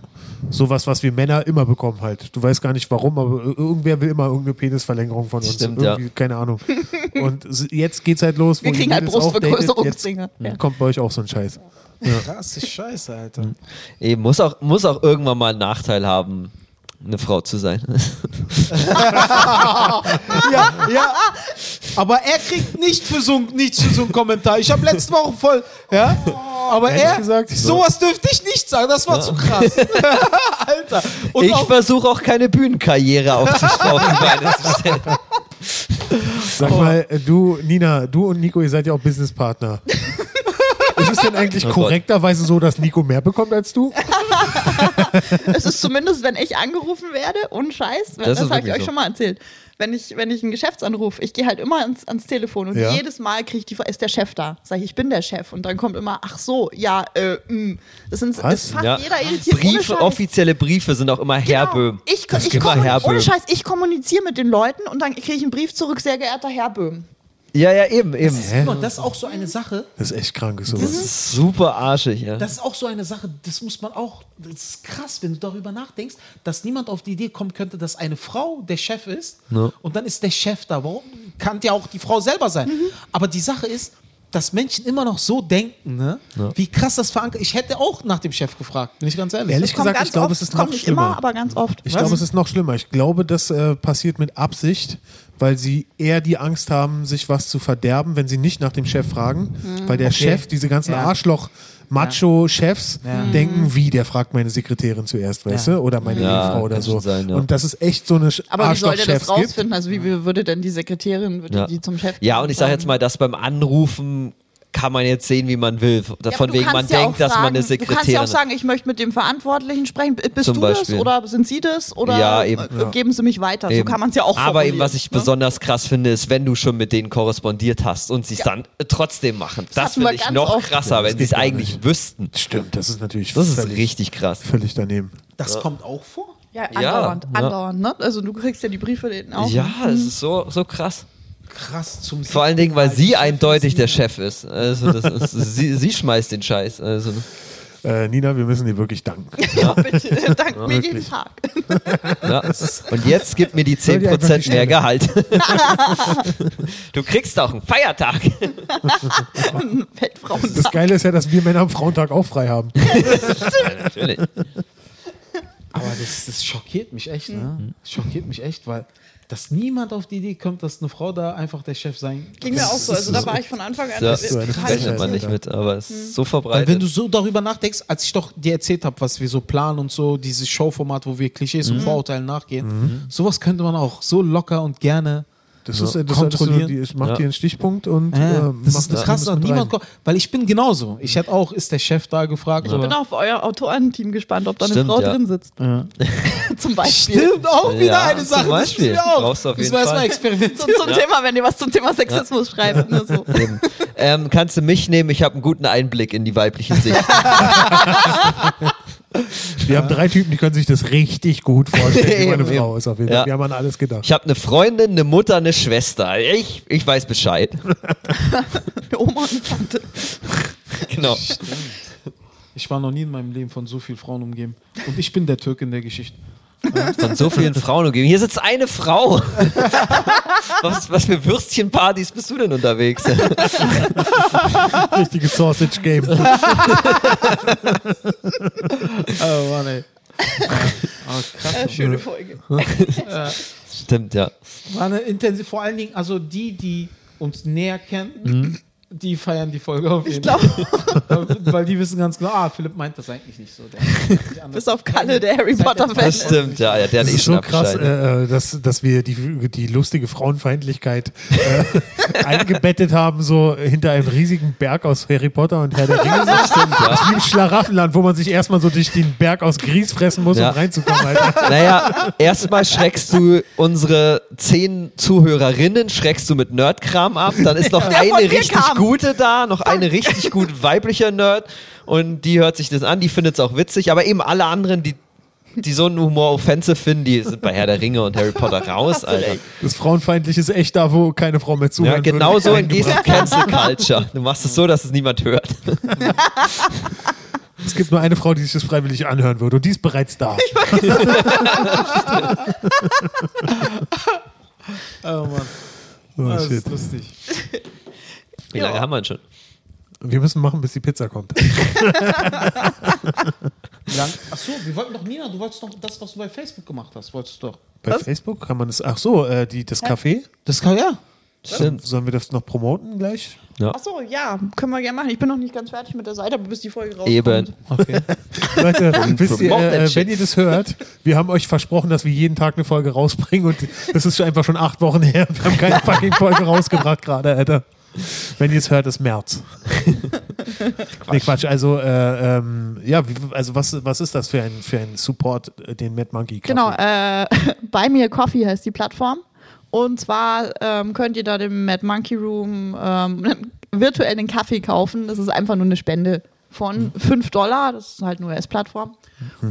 S1: Sowas, was wir Männer immer bekommen halt. Du weißt gar nicht warum, aber ir- irgendwer will immer irgendeine Penisverlängerung von uns.
S4: Stimmt,
S1: Irgendwie,
S4: ja.
S1: Keine
S4: *laughs*
S1: Ahnung. Und s- jetzt geht's halt los.
S2: Wir
S1: wo ihr
S2: kriegen halt
S1: Mädels auch datet.
S2: Brustvergrößerungsdinge.
S1: Jetzt
S2: Ja.
S1: Kommt bei euch auch so ein Scheiß.
S3: Krasse Scheiße, Alter.
S4: Eben, muss auch, muss auch irgendwann mal einen Nachteil haben, eine Frau zu
S2: *laughs*
S4: sein.
S3: Ja, ja. Aber er kriegt nicht für so, nichts für so einen Kommentar. Ich habe letzte Woche voll. Ja. Aber
S1: Ehrlich
S3: er,
S1: gesagt,
S3: sowas dürfte ich nicht sagen. Das war zu krass. *laughs* Alter. Und
S4: ich
S3: auch-
S4: versuche auch keine
S2: *laughs*
S4: Bühnenkarriere aufzubauen. meine zu stellen.
S1: Sag mal, äh, du, Nina, du und Nico, ihr seid ja auch
S2: *laughs*
S1: Businesspartner. Ist es denn eigentlich
S4: Oh Gott.
S1: korrekterweise so, dass Nico mehr bekommt als du?
S2: Es ist zumindest, wenn ich angerufen werde, und Scheiß, wenn,
S4: Das
S2: das,
S4: ist
S2: habe ich
S4: wirklich
S2: euch
S4: so.
S2: schon mal erzählt. Wenn ich, wenn ich einen Geschäftsanruf, ich gehe halt immer ans, ans Telefon und
S1: Ja.
S2: jedes Mal kriege ich die Frage, ist der Chef da? Sag ich, ich bin der Chef. Und dann kommt immer, ach so, ja, äh, mh. Das sind
S1: Was?
S2: ist fast
S4: Ja.
S2: jeder irritiert. ohne
S4: Briefe,
S2: Scheiß.
S4: offizielle Briefe sind auch immer Herr
S2: Genau.
S4: Böhm.
S2: Ich,
S4: Das
S2: ich
S4: gibt immer
S2: kommun-
S4: Herr Böhm.
S2: ohne Scheiß, ich kommuniziere mit den Leuten und dann kriege ich einen Brief zurück, sehr geehrter Herr Böhm.
S4: Ja, ja, eben, eben.
S1: Hä?
S3: Und das ist auch so eine Sache.
S1: Das ist echt krank, ist sowas.
S4: Das ist super arschig, ja.
S3: Das ist auch so eine Sache, das muss man auch, das ist krass, wenn du darüber nachdenkst, dass niemand auf die Idee kommen könnte, dass eine Frau der Chef
S2: Mhm.
S3: ist und dann ist der Chef da. Warum? Kann ja auch die Frau selber sein. Aber die Sache ist, dass Menschen immer noch so denken, ne? wie krass das verankert. Ich hätte auch nach dem Chef gefragt, bin ich ganz ehrlich.
S1: Ehrlich?
S2: kommt
S1: gesagt, ich
S2: ganz
S1: glaube,
S2: oft,
S1: es ist noch
S2: kommt nicht
S1: schlimmer.
S2: immer, aber ganz oft.
S1: Ich
S3: Was?
S1: glaube, es ist noch schlimmer. Ich glaube, das äh, passiert mit Absicht, weil sie eher die Angst haben, sich was zu verderben, wenn sie nicht nach dem Chef fragen.
S2: Mhm.
S1: Weil der Chef, diese ganzen
S3: Ja.
S1: Arschloch-Macho-Chefs denken, wie, der fragt meine Sekretärin zuerst, weißt du? Oder meine
S4: Ja,
S1: Ehefrau oder
S4: kann
S1: so.
S4: schon sein, ja.
S1: Und das ist echt so eine Sch-
S2: aber wie soll der das
S1: Arschloch-Chefs gibt.
S2: rausfinden? Also wie, wie würde denn die Sekretärin, würde
S4: Ja.
S2: die zum Chef
S4: Ja, und ich sage
S2: sagen?
S4: jetzt mal, dass beim Anrufen kann man jetzt sehen, wie man will.
S2: Ja,
S4: Von
S2: aber du
S4: wegen, man
S2: kannst ja
S4: denkt,
S2: auch
S4: dass man
S2: fragen-
S4: eine
S2: Du kannst ja auch
S4: Sekretärin
S2: sagen, ich möchte mit dem Verantwortlichen sprechen. B- Bist
S4: Zum
S2: du
S4: Beispiel.
S2: das oder sind Sie das oder
S4: Ja, eben.
S2: äh, geben Sie mich weiter? So
S4: Eben.
S2: kann man es ja auch
S4: Aber eben,
S2: formulieren,
S4: was ich
S2: ne?
S4: besonders krass finde, ist, wenn du schon mit denen korrespondiert hast und sie es dann äh, trotzdem machen. Das,
S2: hatten wir
S4: finde ich
S2: ganz
S4: noch
S2: oft.
S4: krasser, wenn sie es
S1: geht gar
S4: eigentlich wüssten.
S1: Stimmt, das ist natürlich
S4: Das ist
S1: völlig,
S4: richtig krass.
S1: völlig daneben.
S3: Das kommt auch vor?
S2: Ja,
S4: Ja,
S2: andauernd,
S4: ja.
S2: andauernd. Ne? Also du kriegst ja die Briefe denen auch. *laughs* Mhm.
S4: Ja, es ist so, so krass.
S3: Krass zum
S4: Vor allen Dingen, weil sie eindeutig der Chef ist. Also
S2: *laughs*
S4: das ist sie, sie schmeißt den Scheiß. Also,
S1: Äh, Nina, wir müssen dir wirklich danken.
S2: Ja, bitte, dank mir jeden
S1: wirklich.
S2: Tag. *laughs*
S4: ja. Und jetzt gib mir die
S1: Soll die einfach
S4: 10%
S1: die
S4: mehr
S1: Stelle-
S4: Gehalt.
S2: *laughs*
S4: du kriegst auch einen Feiertag.
S2: Weltfrauen.
S1: Das Geile ist ja, dass wir Männer am Frauentag auch frei haben.
S4: Natürlich.
S3: Aber das, das schockiert mich echt,
S4: Mhm.
S3: ne? Schockiert mich echt, weil dass niemand auf die Idee kommt, dass eine Frau da einfach der Chef sein
S2: *laughs* Ging mir auch so. Also da war ich von Anfang an.
S4: Ja,
S1: ist so eine
S2: total
S1: Frechheit.
S4: Rechnet man nicht mit, aber es ist
S2: Mhm.
S4: so
S3: Weil wenn
S4: verbreitet.
S3: du so darüber nachdenkst, als ich doch dir erzählt habe, was wir so planen und so, dieses Showformat, wo wir Klischees und Vorurteilen nachgehen, sowas könnte man auch so locker und gerne.
S1: Das
S3: Ja.
S1: ist, äh, das solltest du,
S3: Kontrollieren.
S1: die, ich mach
S4: Ja.
S1: dir einen Stichpunkt und
S3: Ja,
S1: äh,
S3: das
S1: mach
S3: ist eine krasse,
S1: mit
S3: niemand
S1: rein.
S3: kommt, weil ich bin genauso. Ich hätte auch, ist der Chef da gefragt.
S2: Ich bin
S3: aber-
S2: auf euer Autorenteam gespannt, ob da eine
S4: Stimmt,
S2: Frau
S4: ja.
S2: drin sitzt. *laughs* Zum Beispiel.
S3: Stimmt, auch wieder
S4: Ja,
S3: eine
S4: zum
S3: Sache. Das
S4: Beispiel.
S3: stimmt auch.
S4: Brauchst du auf
S3: Müssen
S4: jeden
S3: wir erstmal
S4: Fall.
S2: *laughs* Zum,
S3: experimentieren.
S2: zum Thema, wenn ihr was zum Thema Sexismus schreibt. Ne,
S4: *laughs*
S2: so.
S4: ähm, kannst du mich nehmen? Ich habe einen guten Einblick in die weibliche Sicht.
S1: Wir haben drei Typen, die können sich das richtig gut vorstellen, wie meine
S4: Eben,
S1: Frau
S4: eben.
S1: ist auf jeden Fall.
S4: Ja.
S1: Wir haben an alles gedacht.
S4: Ich habe eine Freundin, eine Mutter, eine Schwester. Ich, ich weiß Bescheid.
S2: Eine Oma und eine Tante.
S4: Genau.
S3: Ich war noch nie in meinem Leben von so vielen Frauen umgeben. Und ich bin der Türke in der Geschichte.
S4: Von so vielen Frauen umgeben. Hier sitzt eine Frau. was, was für Würstchenpartys bist du denn unterwegs? *laughs*
S1: *laughs* Richtiges Sausage Game.
S3: Oh Mann, ey. Ah, krass.
S2: Äh, schöne Folge.
S4: Stimmt, ja.
S3: War eine intensiv, vor allen Dingen, also die, die uns näher kennen, die feiern die Folge auf jeden
S2: Ich glaube,
S3: Fall. *laughs* Weil die wissen ganz genau, ah, Philipp meint das eigentlich nicht so. Der meint das nicht anders.
S2: bis auf Kalle, der Harry Potter-Fan
S4: Das
S2: ist.
S4: stimmt, ja. ja der hat
S1: ne? Das
S4: eh
S1: ist
S4: schon
S1: so krass,
S4: abgeschaltet.
S1: äh, äh, dass, dass wir die, die lustige Frauenfeindlichkeit äh, *laughs* eingebettet haben, so hinter einem riesigen Berg aus Harry Potter und Herr der Ringe. Das stimmt, ja. Wie im Schlaraffenland, wo man sich erstmal so durch den Berg aus Grieß fressen muss,
S4: Ja.
S1: um reinzukommen. Alter.
S4: Naja, erstmal schreckst du unsere zehn Zuhörerinnen, schreckst du mit Nerdkram ab. Dann ist
S2: *laughs*
S4: noch
S2: Der von
S4: eine
S2: dir
S4: richtig
S2: kam.
S4: gute da, noch eine richtig gute weibliche Nerd. Und die hört sich das an, die findet es auch witzig. Aber eben alle anderen, die, die so einen Humor offensive finden, die sind bei Herr der Ringe und Harry Potter raus, Alter.
S1: Das Frauenfeindliche ist echt da, wo keine Frau mehr zuhört.
S4: Ja, genau so entgehst du Cancel Culture.
S1: *laughs*
S4: Du machst es so, dass es niemand hört.
S1: Es gibt nur eine Frau, die sich das freiwillig anhören würde und die ist bereits da.
S3: Oh Mann,
S1: Oh,
S3: das
S1: shit.
S3: ist lustig.
S4: Wie lange haben wir denn schon?
S1: Wir müssen machen, bis die Pizza kommt.
S3: Lang. Achso, wir wollten doch, Nina, du wolltest doch das, was du bei Facebook gemacht hast, wolltest du doch.
S1: Bei Facebook kann man das. Ach so, äh, die, das Café.
S3: Das kann ja.
S4: Stimmt.
S1: Sollen wir das noch promoten gleich?
S2: Achso, ja, können wir gerne machen. Ich bin noch nicht ganz fertig mit der Seite, aber bis die Folge rauskommt.
S4: Eben.
S3: Okay.
S1: Leute, wisst ihr,
S4: promote that
S1: äh,
S4: shit.
S1: wenn ihr das hört, wir haben euch versprochen, dass wir jeden Tag eine Folge rausbringen und das ist schon einfach schon acht Wochen her. Wir haben keine fucking Folge rausgebracht gerade, Alter. Wenn ihr es hört, ist März. Quatsch. Nee, Quatsch. Also, äh, ähm, ja, wie, also was, was ist das für ein, für ein Support, äh, den Mad Monkey Kaffee?
S2: Genau, äh, *laughs* bei mir Coffee heißt die Plattform. Und zwar ähm, könnt ihr da dem Mad Monkey Room ähm, *laughs* einen virtuellen Kaffee kaufen. Das ist einfach nur eine Spende
S4: Hm.
S2: von 5 Dollar. Das ist halt eine US-Plattform.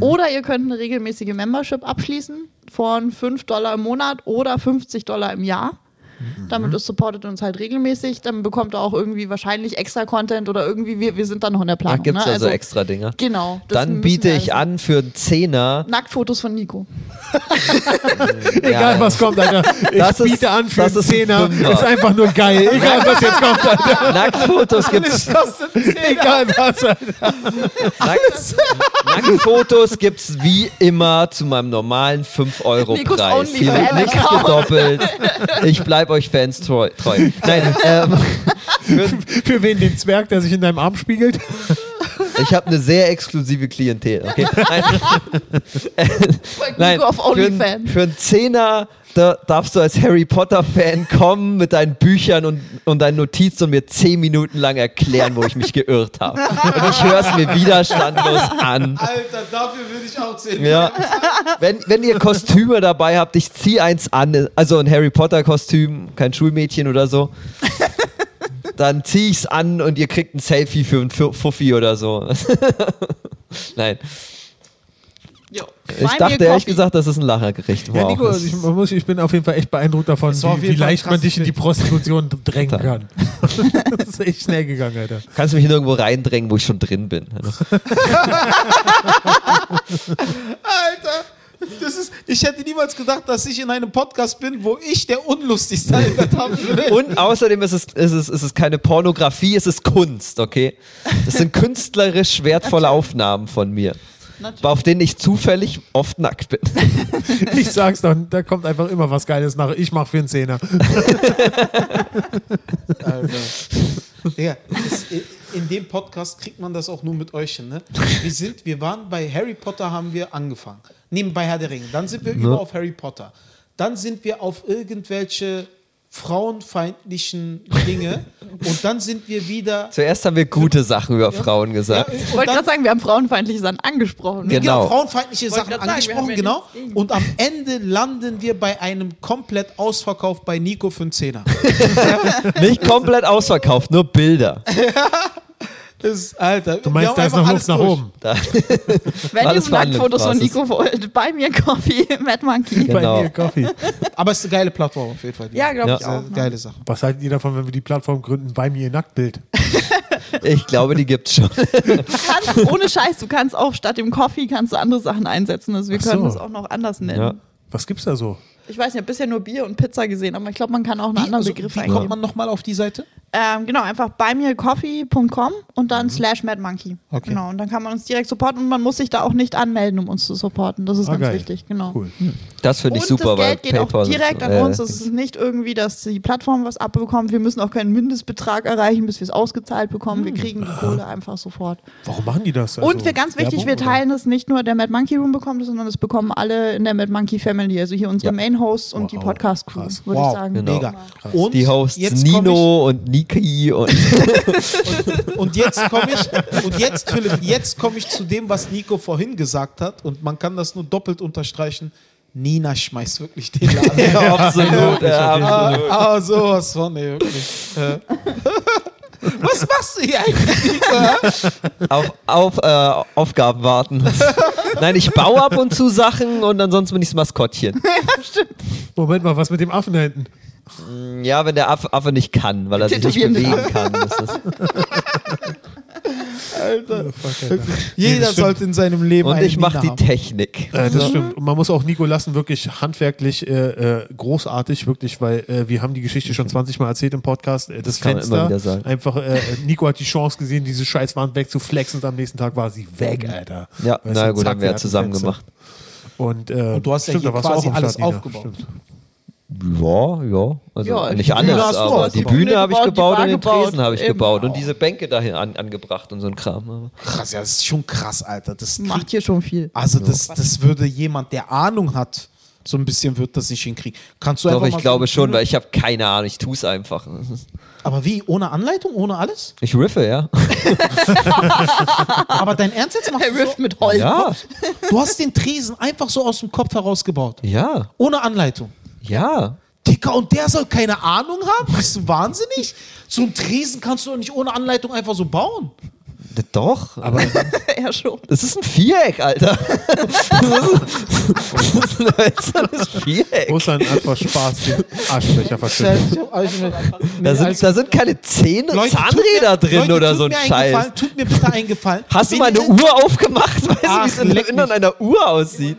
S2: Oder ihr könnt eine regelmäßige Membership abschließen von 5 Dollar im Monat oder 50 Dollar im Jahr.
S4: Mhm.
S2: Damit ist supportet uns halt regelmäßig. Dann bekommt er auch irgendwie wahrscheinlich extra Content oder irgendwie, wir, wir sind dann noch in der
S4: Da
S2: Planung.
S4: gibt es
S2: ne?
S4: also, extra Dinger.
S2: Genau. das
S4: Dann
S2: müssen
S4: biete
S2: wir also
S4: ich
S2: alles-
S4: an für einen Zehner.
S2: Nacktfotos von Nico.
S1: Egal was kommt, Alter. Ich
S4: Das ist-
S1: biete an für
S4: das
S1: einen
S4: ist ein
S1: Zehner.
S4: Fünfer.
S1: Ist einfach nur geil. Egal was jetzt kommt, Alter.
S4: *laughs* Nacktfotos gibt's.
S2: kostet
S1: Egal was, Alter.
S4: Nackt, Nacktfotos gibt's wie immer zu meinem normalen
S2: Nikos
S4: 5-Euro-Preis. Hier wird
S2: OnlyFans-Account.
S4: nichts gedoppelt. Ich bleib euch Fans treu. treu. Nein, ähm,
S1: Für wen den Zwerg, der sich in deinem Arm spiegelt?
S4: ich habe eine sehr exklusive Klientel. Okay? Nein,
S2: Nein,
S4: nein,
S2: Nico auf
S4: für, einen-
S2: OnlyFans.
S4: für einen Zehner da darfst du als Harry Potter-Fan kommen mit deinen Büchern und, und deinen Notizen und mir 10 Minuten lang erklären, wo ich mich geirrt habe. Und ich höre es mir widerstandlos an.
S3: Alter, dafür würde ich auch zählen.
S4: Ja. Wenn, wenn ihr Kostüme dabei habt, ich zieh eins an, also ein Harry Potter Kostüm, kein Schulmädchen oder so. Dann zieh ich's an und ihr kriegt ein Selfie für ein Fu- Fuffi oder so. *laughs* Nein,
S2: Jo.
S4: ich
S2: Buy me a
S4: dachte ehrlich
S2: coffee.
S4: gesagt, das ist ein Lachergericht. Wow.
S1: Ja, Nico, ich, man muss, ich bin auf jeden Fall echt beeindruckt davon,
S3: Es war auf
S1: wie, wie
S3: jeden Fall
S1: leicht
S3: krass.
S1: man dich in die Prostitution *laughs* drängen
S4: Total.
S1: kann. *laughs* das ist echt schnell gegangen, Alter.
S4: Kannst mich nirgendwo reindrängen, wo ich schon drin bin. Also,
S1: *laughs*
S3: Alter, das ist, ich hätte niemals gedacht, dass ich in einem Podcast bin, wo ich der unlustigste *laughs* sein habe.
S4: Und außerdem ist es, ist, es, ist es keine Pornografie, es ist Kunst, okay? Das sind künstlerisch
S1: *laughs*
S4: wertvolle Aufnahmen von mir,
S2: Natürlich.
S4: auf denen ich zufällig oft nackt bin.
S1: Ich sag's doch, da kommt einfach immer was Geiles nach. Ich mach für einen Zehner.
S3: Also. Ja, das, in dem Podcast kriegt man das auch nur mit euch hin. Ne? Wir, sind, wir waren bei Harry Potter, haben wir angefangen. Nebenbei Herr der Ringe. Dann sind wir
S1: Ne?
S3: über auf Harry Potter. Dann sind wir auf irgendwelche frauenfeindlichen
S1: *laughs*
S3: Dinge. Und dann sind wir wieder.
S4: Zuerst haben wir gute Sachen über Frauen gesagt.
S2: Ich wollte gerade sagen, wir haben frauenfeindliche Sachen angesprochen.
S4: Genau.
S3: Genau, frauenfeindliche Sachen
S2: grad sagen, wir haben
S3: angesprochen,
S2: ja
S3: genau. Und am Ende landen wir bei einem komplett Ausverkauf bei Nico für
S1: *laughs*
S3: einen Zehner.
S4: Nicht komplett ausverkauft, nur Bilder.
S3: Das, Alter,
S1: Du meinst, da ist noch Luft nach oben.
S2: Wenn
S4: Alles
S2: ihr Nacktfotos von
S4: Verhandlungsbasis.
S2: Nico wollt, buy me a coffee, *laughs* Mad Monkey.
S4: Genau.
S1: Bei mir Coffee.
S3: Aber es ist eine geile Plattform auf jeden Fall.
S2: Ja, glaube
S4: Ja.
S2: ich
S3: Sehr
S2: auch. Ne?
S3: geile Sache.
S1: Was haltet ihr davon, wenn wir die Plattform gründen? Bei mir Nacktbild.
S4: Ich glaube, die gibt's schon.
S2: Du kannst, ohne Scheiß, du kannst auch statt dem Coffee kannst du andere Sachen einsetzen. Also wir
S1: Ach so.
S2: können das auch noch anders nennen.
S4: Ja.
S1: Was gibt's da so?
S2: Ich weiß nicht, ich habe bisher nur Bier und Pizza gesehen, aber ich glaube, man kann auch einen
S3: Wie,
S2: anderen
S3: also,
S2: Begriff
S3: wie kommt
S2: eingeben.
S3: man nochmal auf die Seite?
S2: Ähm, genau, einfach buymeacoffee.com und
S4: Mhm.
S2: dann slash madmonkey.
S3: Okay.
S2: Genau, und dann kann man uns direkt supporten und man muss sich da auch nicht anmelden, um uns zu supporten. Das ist
S1: Ah,
S2: ganz
S1: geil.
S2: wichtig, genau.
S1: Cool.
S4: Das finde ich
S2: und das
S4: super,
S2: Geld
S4: weil
S2: geht
S4: PayPal
S2: auch direkt an
S4: äh,
S2: uns. Es ist nicht irgendwie, dass die Plattform was abbekommt. Wir müssen auch keinen Mindestbetrag erreichen, bis wir es ausgezahlt bekommen.
S1: Hm.
S2: Wir kriegen die Kohle einfach sofort.
S1: Warum machen die das? Also
S2: und wir ganz wichtig, halt wir teilen es nicht nur der Mad Monkey Room bekommt es, sondern es bekommen alle in der Mad Monkey Family, also hier unsere
S4: Ja.
S2: Main Hosts und die
S1: Wow,
S2: Podcast Crew,
S1: krass.
S2: würde ich sagen.
S4: Genau.
S3: Mega. Und
S4: die Hosts
S3: jetzt komm
S4: Nino und Niki und
S2: *laughs*
S4: *laughs*
S3: Ich, und jetzt komme ich, und jetzt, Philipp, jetzt komme ich zu dem, was Nico vorhin gesagt hat. Und man kann das nur doppelt unterstreichen. Nina schmeißt wirklich den Laden.
S4: *laughs* ja, absolut. äh, ja,
S3: Ah, ah, sowas von, ey, wirklich. Äh. Was machst du hier eigentlich?
S4: auf auf äh,
S2: *laughs*
S4: Aufgaben warten. Nein, ich baue ab und zu Sachen und ansonsten bin ich das Maskottchen.
S1: Moment mal, was mit dem Affen da hinten?
S4: Ja, wenn der Affe, Affe nicht kann, weil er sich nicht
S2: Tätowieren den
S4: bewegen kann. Das
S1: *laughs*
S4: ist
S3: Jeder
S1: das stimmt.
S3: sollte in seinem Leben
S4: und
S3: eine
S4: ich mache die
S3: Nina
S4: Technik.
S1: Äh, das stimmt. Und man muss auch Nico lassen, wirklich handwerklich äh, äh, großartig, wirklich, weil äh, wir haben die Geschichte schon 20 Mal erzählt im Podcast. Äh, das
S4: Mhm. kann man
S1: Fenster,
S4: immer wieder sagen.
S1: einfach, äh, äh, Nico hat die Chance gesehen, diese Scheißwand wegzuflexen und am nächsten Tag war sie weg, Alter.
S4: Mhm. Ja,
S1: Weißt du,
S4: na gut,
S1: zack,
S4: haben wir ja
S1: hat ein
S4: zusammen
S1: Fenster.
S4: gemacht.
S1: Und, äh,
S3: Und du hast ja
S1: stimmt,
S3: hier
S1: da warst du
S3: quasi
S1: auch am
S3: alles
S1: Start, Nina.
S3: aufgebaut.
S1: Stimmt.
S4: Ja, ja. Also
S2: Ja, die
S4: nicht
S2: Bühne
S4: alles,
S3: hast du
S4: aber
S3: auch.
S4: die
S3: Die
S4: Bühne
S2: Bühne
S4: habe ich
S2: gebaut, die
S4: gebaut
S2: Bar
S4: und den
S2: gebaut,
S4: Tresen habe ich
S2: eben.
S4: gebaut und diese Bänke dahin an, angebracht und so ein Kram.
S3: Krass, ja, das ist schon krass, Alter. Das kriegt
S2: Macht hier schon viel.
S3: Also das, das würde jemand, der Ahnung hat, so ein bisschen wird das nicht hinkriegen. Kannst du
S4: Doch,
S3: einfach
S4: ich
S3: mal
S4: glaube
S3: so,
S4: schon, weil ich habe keine Ahnung, ich tue es
S3: *laughs*
S4: einfach.
S3: Aber wie? Ohne Anleitung? Ohne
S4: *laughs*
S3: alles?
S4: Ich riffe,
S3: *laughs*
S4: ja.
S3: Aber dein Ernst jetzt machst
S2: Er
S3: du so,
S2: wirft mit Holz. *laughs*
S4: Ja,
S3: Du hast den Tresen einfach so aus dem Kopf herausgebaut.
S4: ja,
S3: Ohne Anleitung.
S4: ja.
S3: Dicker, und der soll keine Ahnung haben? Bist du wahnsinnig? So einen Tresen kannst du doch nicht ohne Anleitung einfach so bauen.
S4: Doch.
S1: Aber
S2: ja, schon.
S4: *laughs* Das ist ein Viereck, Alter. ein hölzernes Viereck.
S1: Russland hat vor Spaß
S3: *laughs*
S1: den Arschlöcher verschüttet.
S3: Ich hab alles mit-
S4: Da
S3: als-
S4: sind, da sind keine Zähne,
S3: tut
S4: Zahnräder
S3: mir-
S4: drin
S3: Leute,
S4: oder
S3: tut
S4: so ein
S3: mir einen
S4: Scheiß.
S3: Gefallen, Tut mir bitte einen Gefallen.
S4: Hast du mal eine
S3: Wenigstens-
S4: Uhr aufgemacht? Weißt du,
S3: Ach,
S4: wie es in
S3: leck
S4: der Innern einer Uhr aussieht?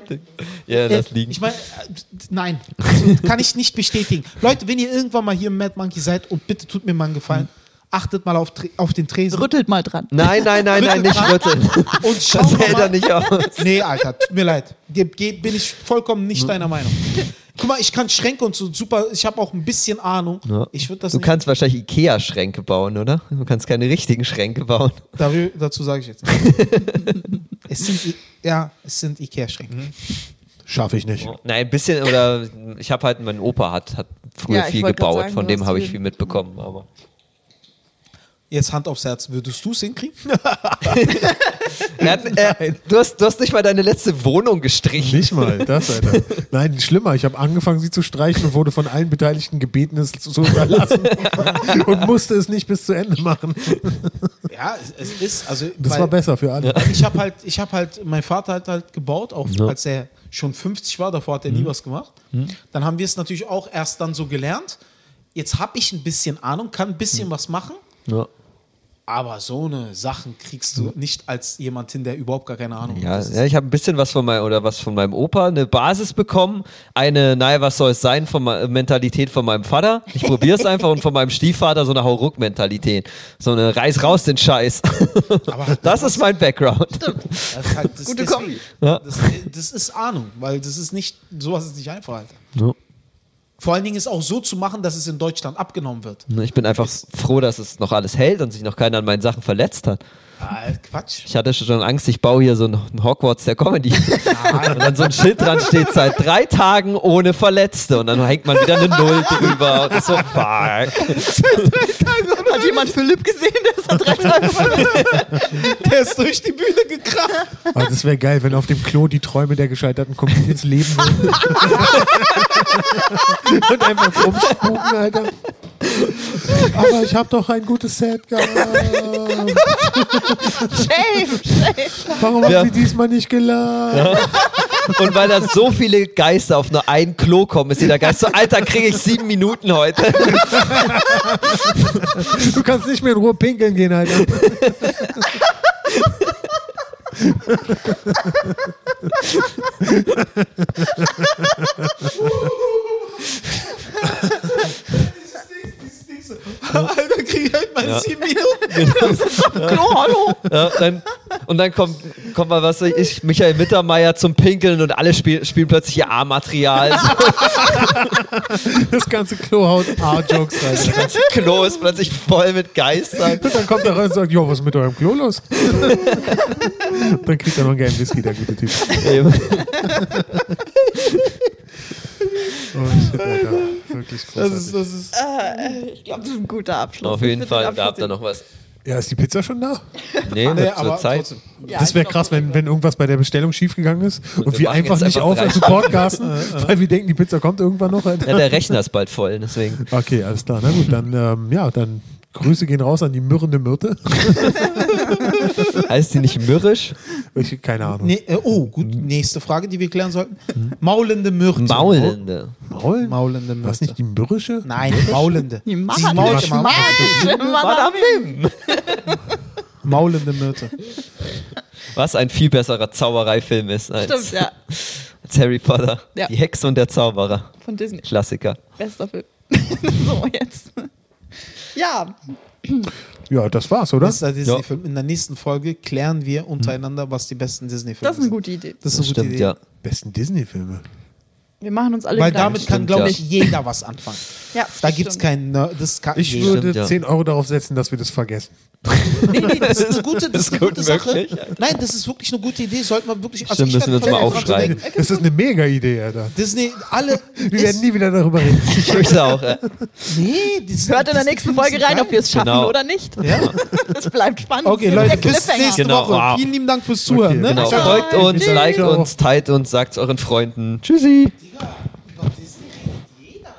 S4: Ja, das liegen.
S3: Ich meine, äh, nein, Also, *laughs* kann ich nicht bestätigen. Leute, wenn ihr irgendwann mal hier im Mad Monkey seid und bitte tut mir mal einen
S4: Hm.
S3: Gefallen, achtet mal auf, Tre- auf den Tresen
S2: Rüttelt mal
S4: *laughs*
S2: dran.
S4: Nein, nein, nein, nein, nicht rütteln.
S3: und schaut
S4: Das hält
S3: mal.
S4: er nicht aus.
S3: Nee, Alter, tut mir leid. Ge- ge- Bin ich vollkommen
S4: Hm.
S3: nicht deiner Meinung. Guck mal, ich kann Schränke und so super, ich habe auch ein bisschen Ahnung. Ich würde das
S4: Du
S3: nicht
S4: kannst wahrscheinlich Ikea-Schränke bauen, oder? Du kannst keine richtigen Schränke bauen.
S3: Darü dazu sage ich
S4: *laughs*
S3: jetzt. es sind I ja, es sind Ikea-Schränke.
S4: Hm.
S1: Schaffe ich nicht.
S4: Oh, Nein, ein bisschen, oder ich habe halt, mein Opa hat, hat früher
S2: Ja, ich
S4: viel
S2: wollt grad
S4: gebaut,
S2: sagen,
S4: von
S2: du
S4: dem
S2: hast
S4: habe
S2: viel-
S4: ich viel mitbekommen. Aber
S3: Jetzt Hand aufs Herz, würdest du es hinkriegen?
S4: er hat, äh, du, hast, du hast nicht mal deine letzte Wohnung gestrichen.
S1: Nicht mal, das, Alter. Nein, schlimmer. Ich habe angefangen, sie zu streichen und wurde von allen Beteiligten gebeten, es zu zu
S3: *laughs*
S1: unterlassen. und musste es nicht bis zu Ende machen.
S3: ja, es, es ist. Also,
S1: Das
S3: weil-
S1: war besser für alle.
S3: Ich habe halt, ich habe halt, mein Vater hat halt gebaut, auch als er schon 50 war, davor hat er
S4: Mhm.
S3: nie was gemacht. Dann haben wir es natürlich auch erst dann so gelernt. Jetzt habe ich ein bisschen Ahnung, kann ein bisschen
S4: Mhm.
S3: was machen,
S4: Ja.
S3: aber so eine Sachen kriegst du nicht als jemand hin, der überhaupt gar keine Ahnung
S4: Ja,
S3: hat. Das ist-
S4: ja, ich habe ein bisschen was von meinem oder was von meinem Opa, eine Basis bekommen, eine, naja, was soll es sein, von me- Mentalität von meinem Vater. Ich probiere
S3: *laughs*
S4: es einfach und von meinem Stiefvater so eine Hauruck-Mentalität. So eine Reiß raus den Scheiß.
S3: aber
S4: *laughs* Das ist mein Background.
S3: das ist *laughs* halt, das,
S2: Gute
S3: deswegen-
S2: Kombi.
S4: Ja.
S3: Das, das ist Ahnung, weil das ist nicht, sowas ist nicht einfach, Alter.
S4: Ja.
S3: Vor allen Dingen ist auch so zu machen, dass es in Deutschland abgenommen wird.
S4: Ich bin einfach froh, dass es noch alles hält und sich noch keiner an meinen Sachen verletzt hat.
S3: Ah, Quatsch.
S4: Ich hatte schon Angst, ich baue hier so ein Hogwarts der Comedy. Und dann so ein Schild dran steht, seit drei Tagen ohne Verletzte. Und dann hängt man wieder eine Null drüber. Und ist so, fuck.
S2: Hat jemand Philipp gesehen, der ist da drei Tage
S3: *laughs* Der ist durch die Bühne gekracht.
S1: Aber das wäre geil, wenn auf dem Klo die Träume der gescheiterten Comedians leben
S3: *laughs*
S1: würden. und einfach rumspuken, Alter. Aber ich habe doch ein gutes Set gehabt.
S2: Shame, shame.
S1: Warum haben
S4: Ja.
S1: sie diesmal nicht gelacht?
S4: Und weil da so viele Geister auf nur ein Klo kommen, ist jeder Geist so, Alter, kriege ich sieben Minuten heute.
S1: Du kannst nicht mehr in Ruhe pinkeln gehen, Alter.
S3: *laughs* Alter, krieg ich halt meine sieben Minuten.
S2: Klo, hallo.
S4: Ja, dann, und dann kommt, kommt mal, was weiß ich, Michael Mittermeier zum Pinkeln und alle spiel, spielen plötzlich ihr A-Material. So,
S1: Das ganze Klo haut A-Jokes rein. Alter.
S4: das Klo ist plötzlich voll mit Geistern.
S1: Und dann kommt er rein und sagt, jo, was ist mit eurem Klo los? dann kriegt er noch einen geilen Whisky, der gute Typ.
S4: Eben.
S1: Oh, shit, Alter. Wirklich
S3: Das
S1: großartig.
S3: ist, das ist.
S4: Ah.
S2: Ich glaube, das ist ein guter Abschluss.
S4: Auf jeden
S2: Ich finde den
S4: Fall, da habt ihr
S2: Abschluss- *laughs*
S4: noch was.
S1: Ja, ist die Pizza schon da?
S4: Nee,
S3: Nee,
S4: nee Äh, zur
S3: aber
S4: Zeit.
S3: trotzdem.
S2: Ja,
S1: das
S2: ich
S1: wäre
S2: glaub,
S1: krass,
S2: das
S1: wenn, wenn irgendwas bei der Bestellung schiefgegangen ist und,
S4: wir
S1: wir
S4: machen
S1: einfach
S4: jetzt
S1: nicht
S4: einfach
S1: aufhören zu
S4: drei. *laughs*
S1: podcasten, weil wir denken, die Pizza kommt irgendwann noch. Alter.
S4: Ja, der Rechner ist bald
S2: *laughs*
S4: voll, deswegen.
S1: Okay, alles klar. Na gut, dann, ähm, ja, dann Grüße gehen raus an die mürrende Myrte. *laughs*
S4: Heißt die nicht mürrisch?
S1: Ich, keine Ahnung.
S3: Nee, äh, oh, gut.
S4: Hm.
S3: Nächste Frage, die wir klären sollten. Maulende Myrte.
S4: Maulende.
S1: Maul?
S3: Maulende Myrte.
S1: Was nicht die mürrische?
S3: Nein, maulende.
S2: Die Mann,
S3: Sie mault
S2: Mann,
S3: immer.
S2: *laughs* Mann,
S3: Maulende Myrte.
S4: Was ein viel besserer Zaubereifilm ist als,
S2: Stimmt, ja.
S4: *laughs* als Harry Potter.
S2: Ja.
S4: Die Hexe und der Zauberer.
S2: Von Disney.
S4: Klassiker.
S2: Bester Film. *laughs* so, jetzt. Ja,
S1: Ja, das war's, oder?
S3: Das ist der
S4: Ja. Hm.
S3: Disney-Film. In der nächsten Folge klären wir untereinander, was die besten Disney-Filme
S2: das ist eine
S3: sind.
S2: gute Idee.
S3: Das ist eine gute
S4: Stimmt,
S3: Idee.
S4: ja.
S1: Besten Disney-Filme.
S2: Wir machen uns alle
S3: Weil
S2: Gedanken.
S3: damit kann,
S4: Stimmt,
S3: glaube
S4: ja.
S3: ich, jeder was anfangen.
S2: ja,
S3: Da gibt es
S2: stimmt.
S3: keinen Nerd. Das kann
S1: Ich
S3: jeder.
S1: würde
S4: ja.
S1: 10 Euro darauf setzen, dass wir das vergessen.
S3: Nee, nee, das ist eine
S4: *laughs*
S3: gute, das ist eine
S4: Gut
S3: gute Sache.
S4: möglich.
S3: Nein, das ist wirklich eine gute Idee. Sollten wir wirklich. also
S4: Stimmt,
S3: ich
S4: müssen wir
S3: werd
S4: uns mal
S3: voll dran
S4: aufschreiben.
S3: denken.
S1: Das ist eine mega Idee, Alter.
S3: Disney, alle.
S1: Wir werden nie wieder darüber reden.
S4: Ich möchte auch. Äh,
S3: Nee, das,
S2: Hört in der
S3: das-
S2: nächsten
S3: das-
S2: Folge rein, ob wir es schaffen
S4: Genau.
S2: oder nicht. *laughs*
S3: Ja.
S2: Das bleibt spannend.
S3: Okay,
S2: Das ist
S3: Leute,
S2: der
S3: bis
S2: Cliffhanger.
S3: nächste
S4: Genau,
S3: Woche.
S4: wow.
S3: Vielen lieben Dank fürs Zuhören.
S1: Okay,
S3: ne?
S4: Genau.
S1: Ciao.
S4: Folgt uns,
S1: Tschüss.
S4: liked
S1: Ciao.
S4: uns, teilt uns, sagt es euren Freunden. Tschüssi.
S3: Über Disney redet jeder.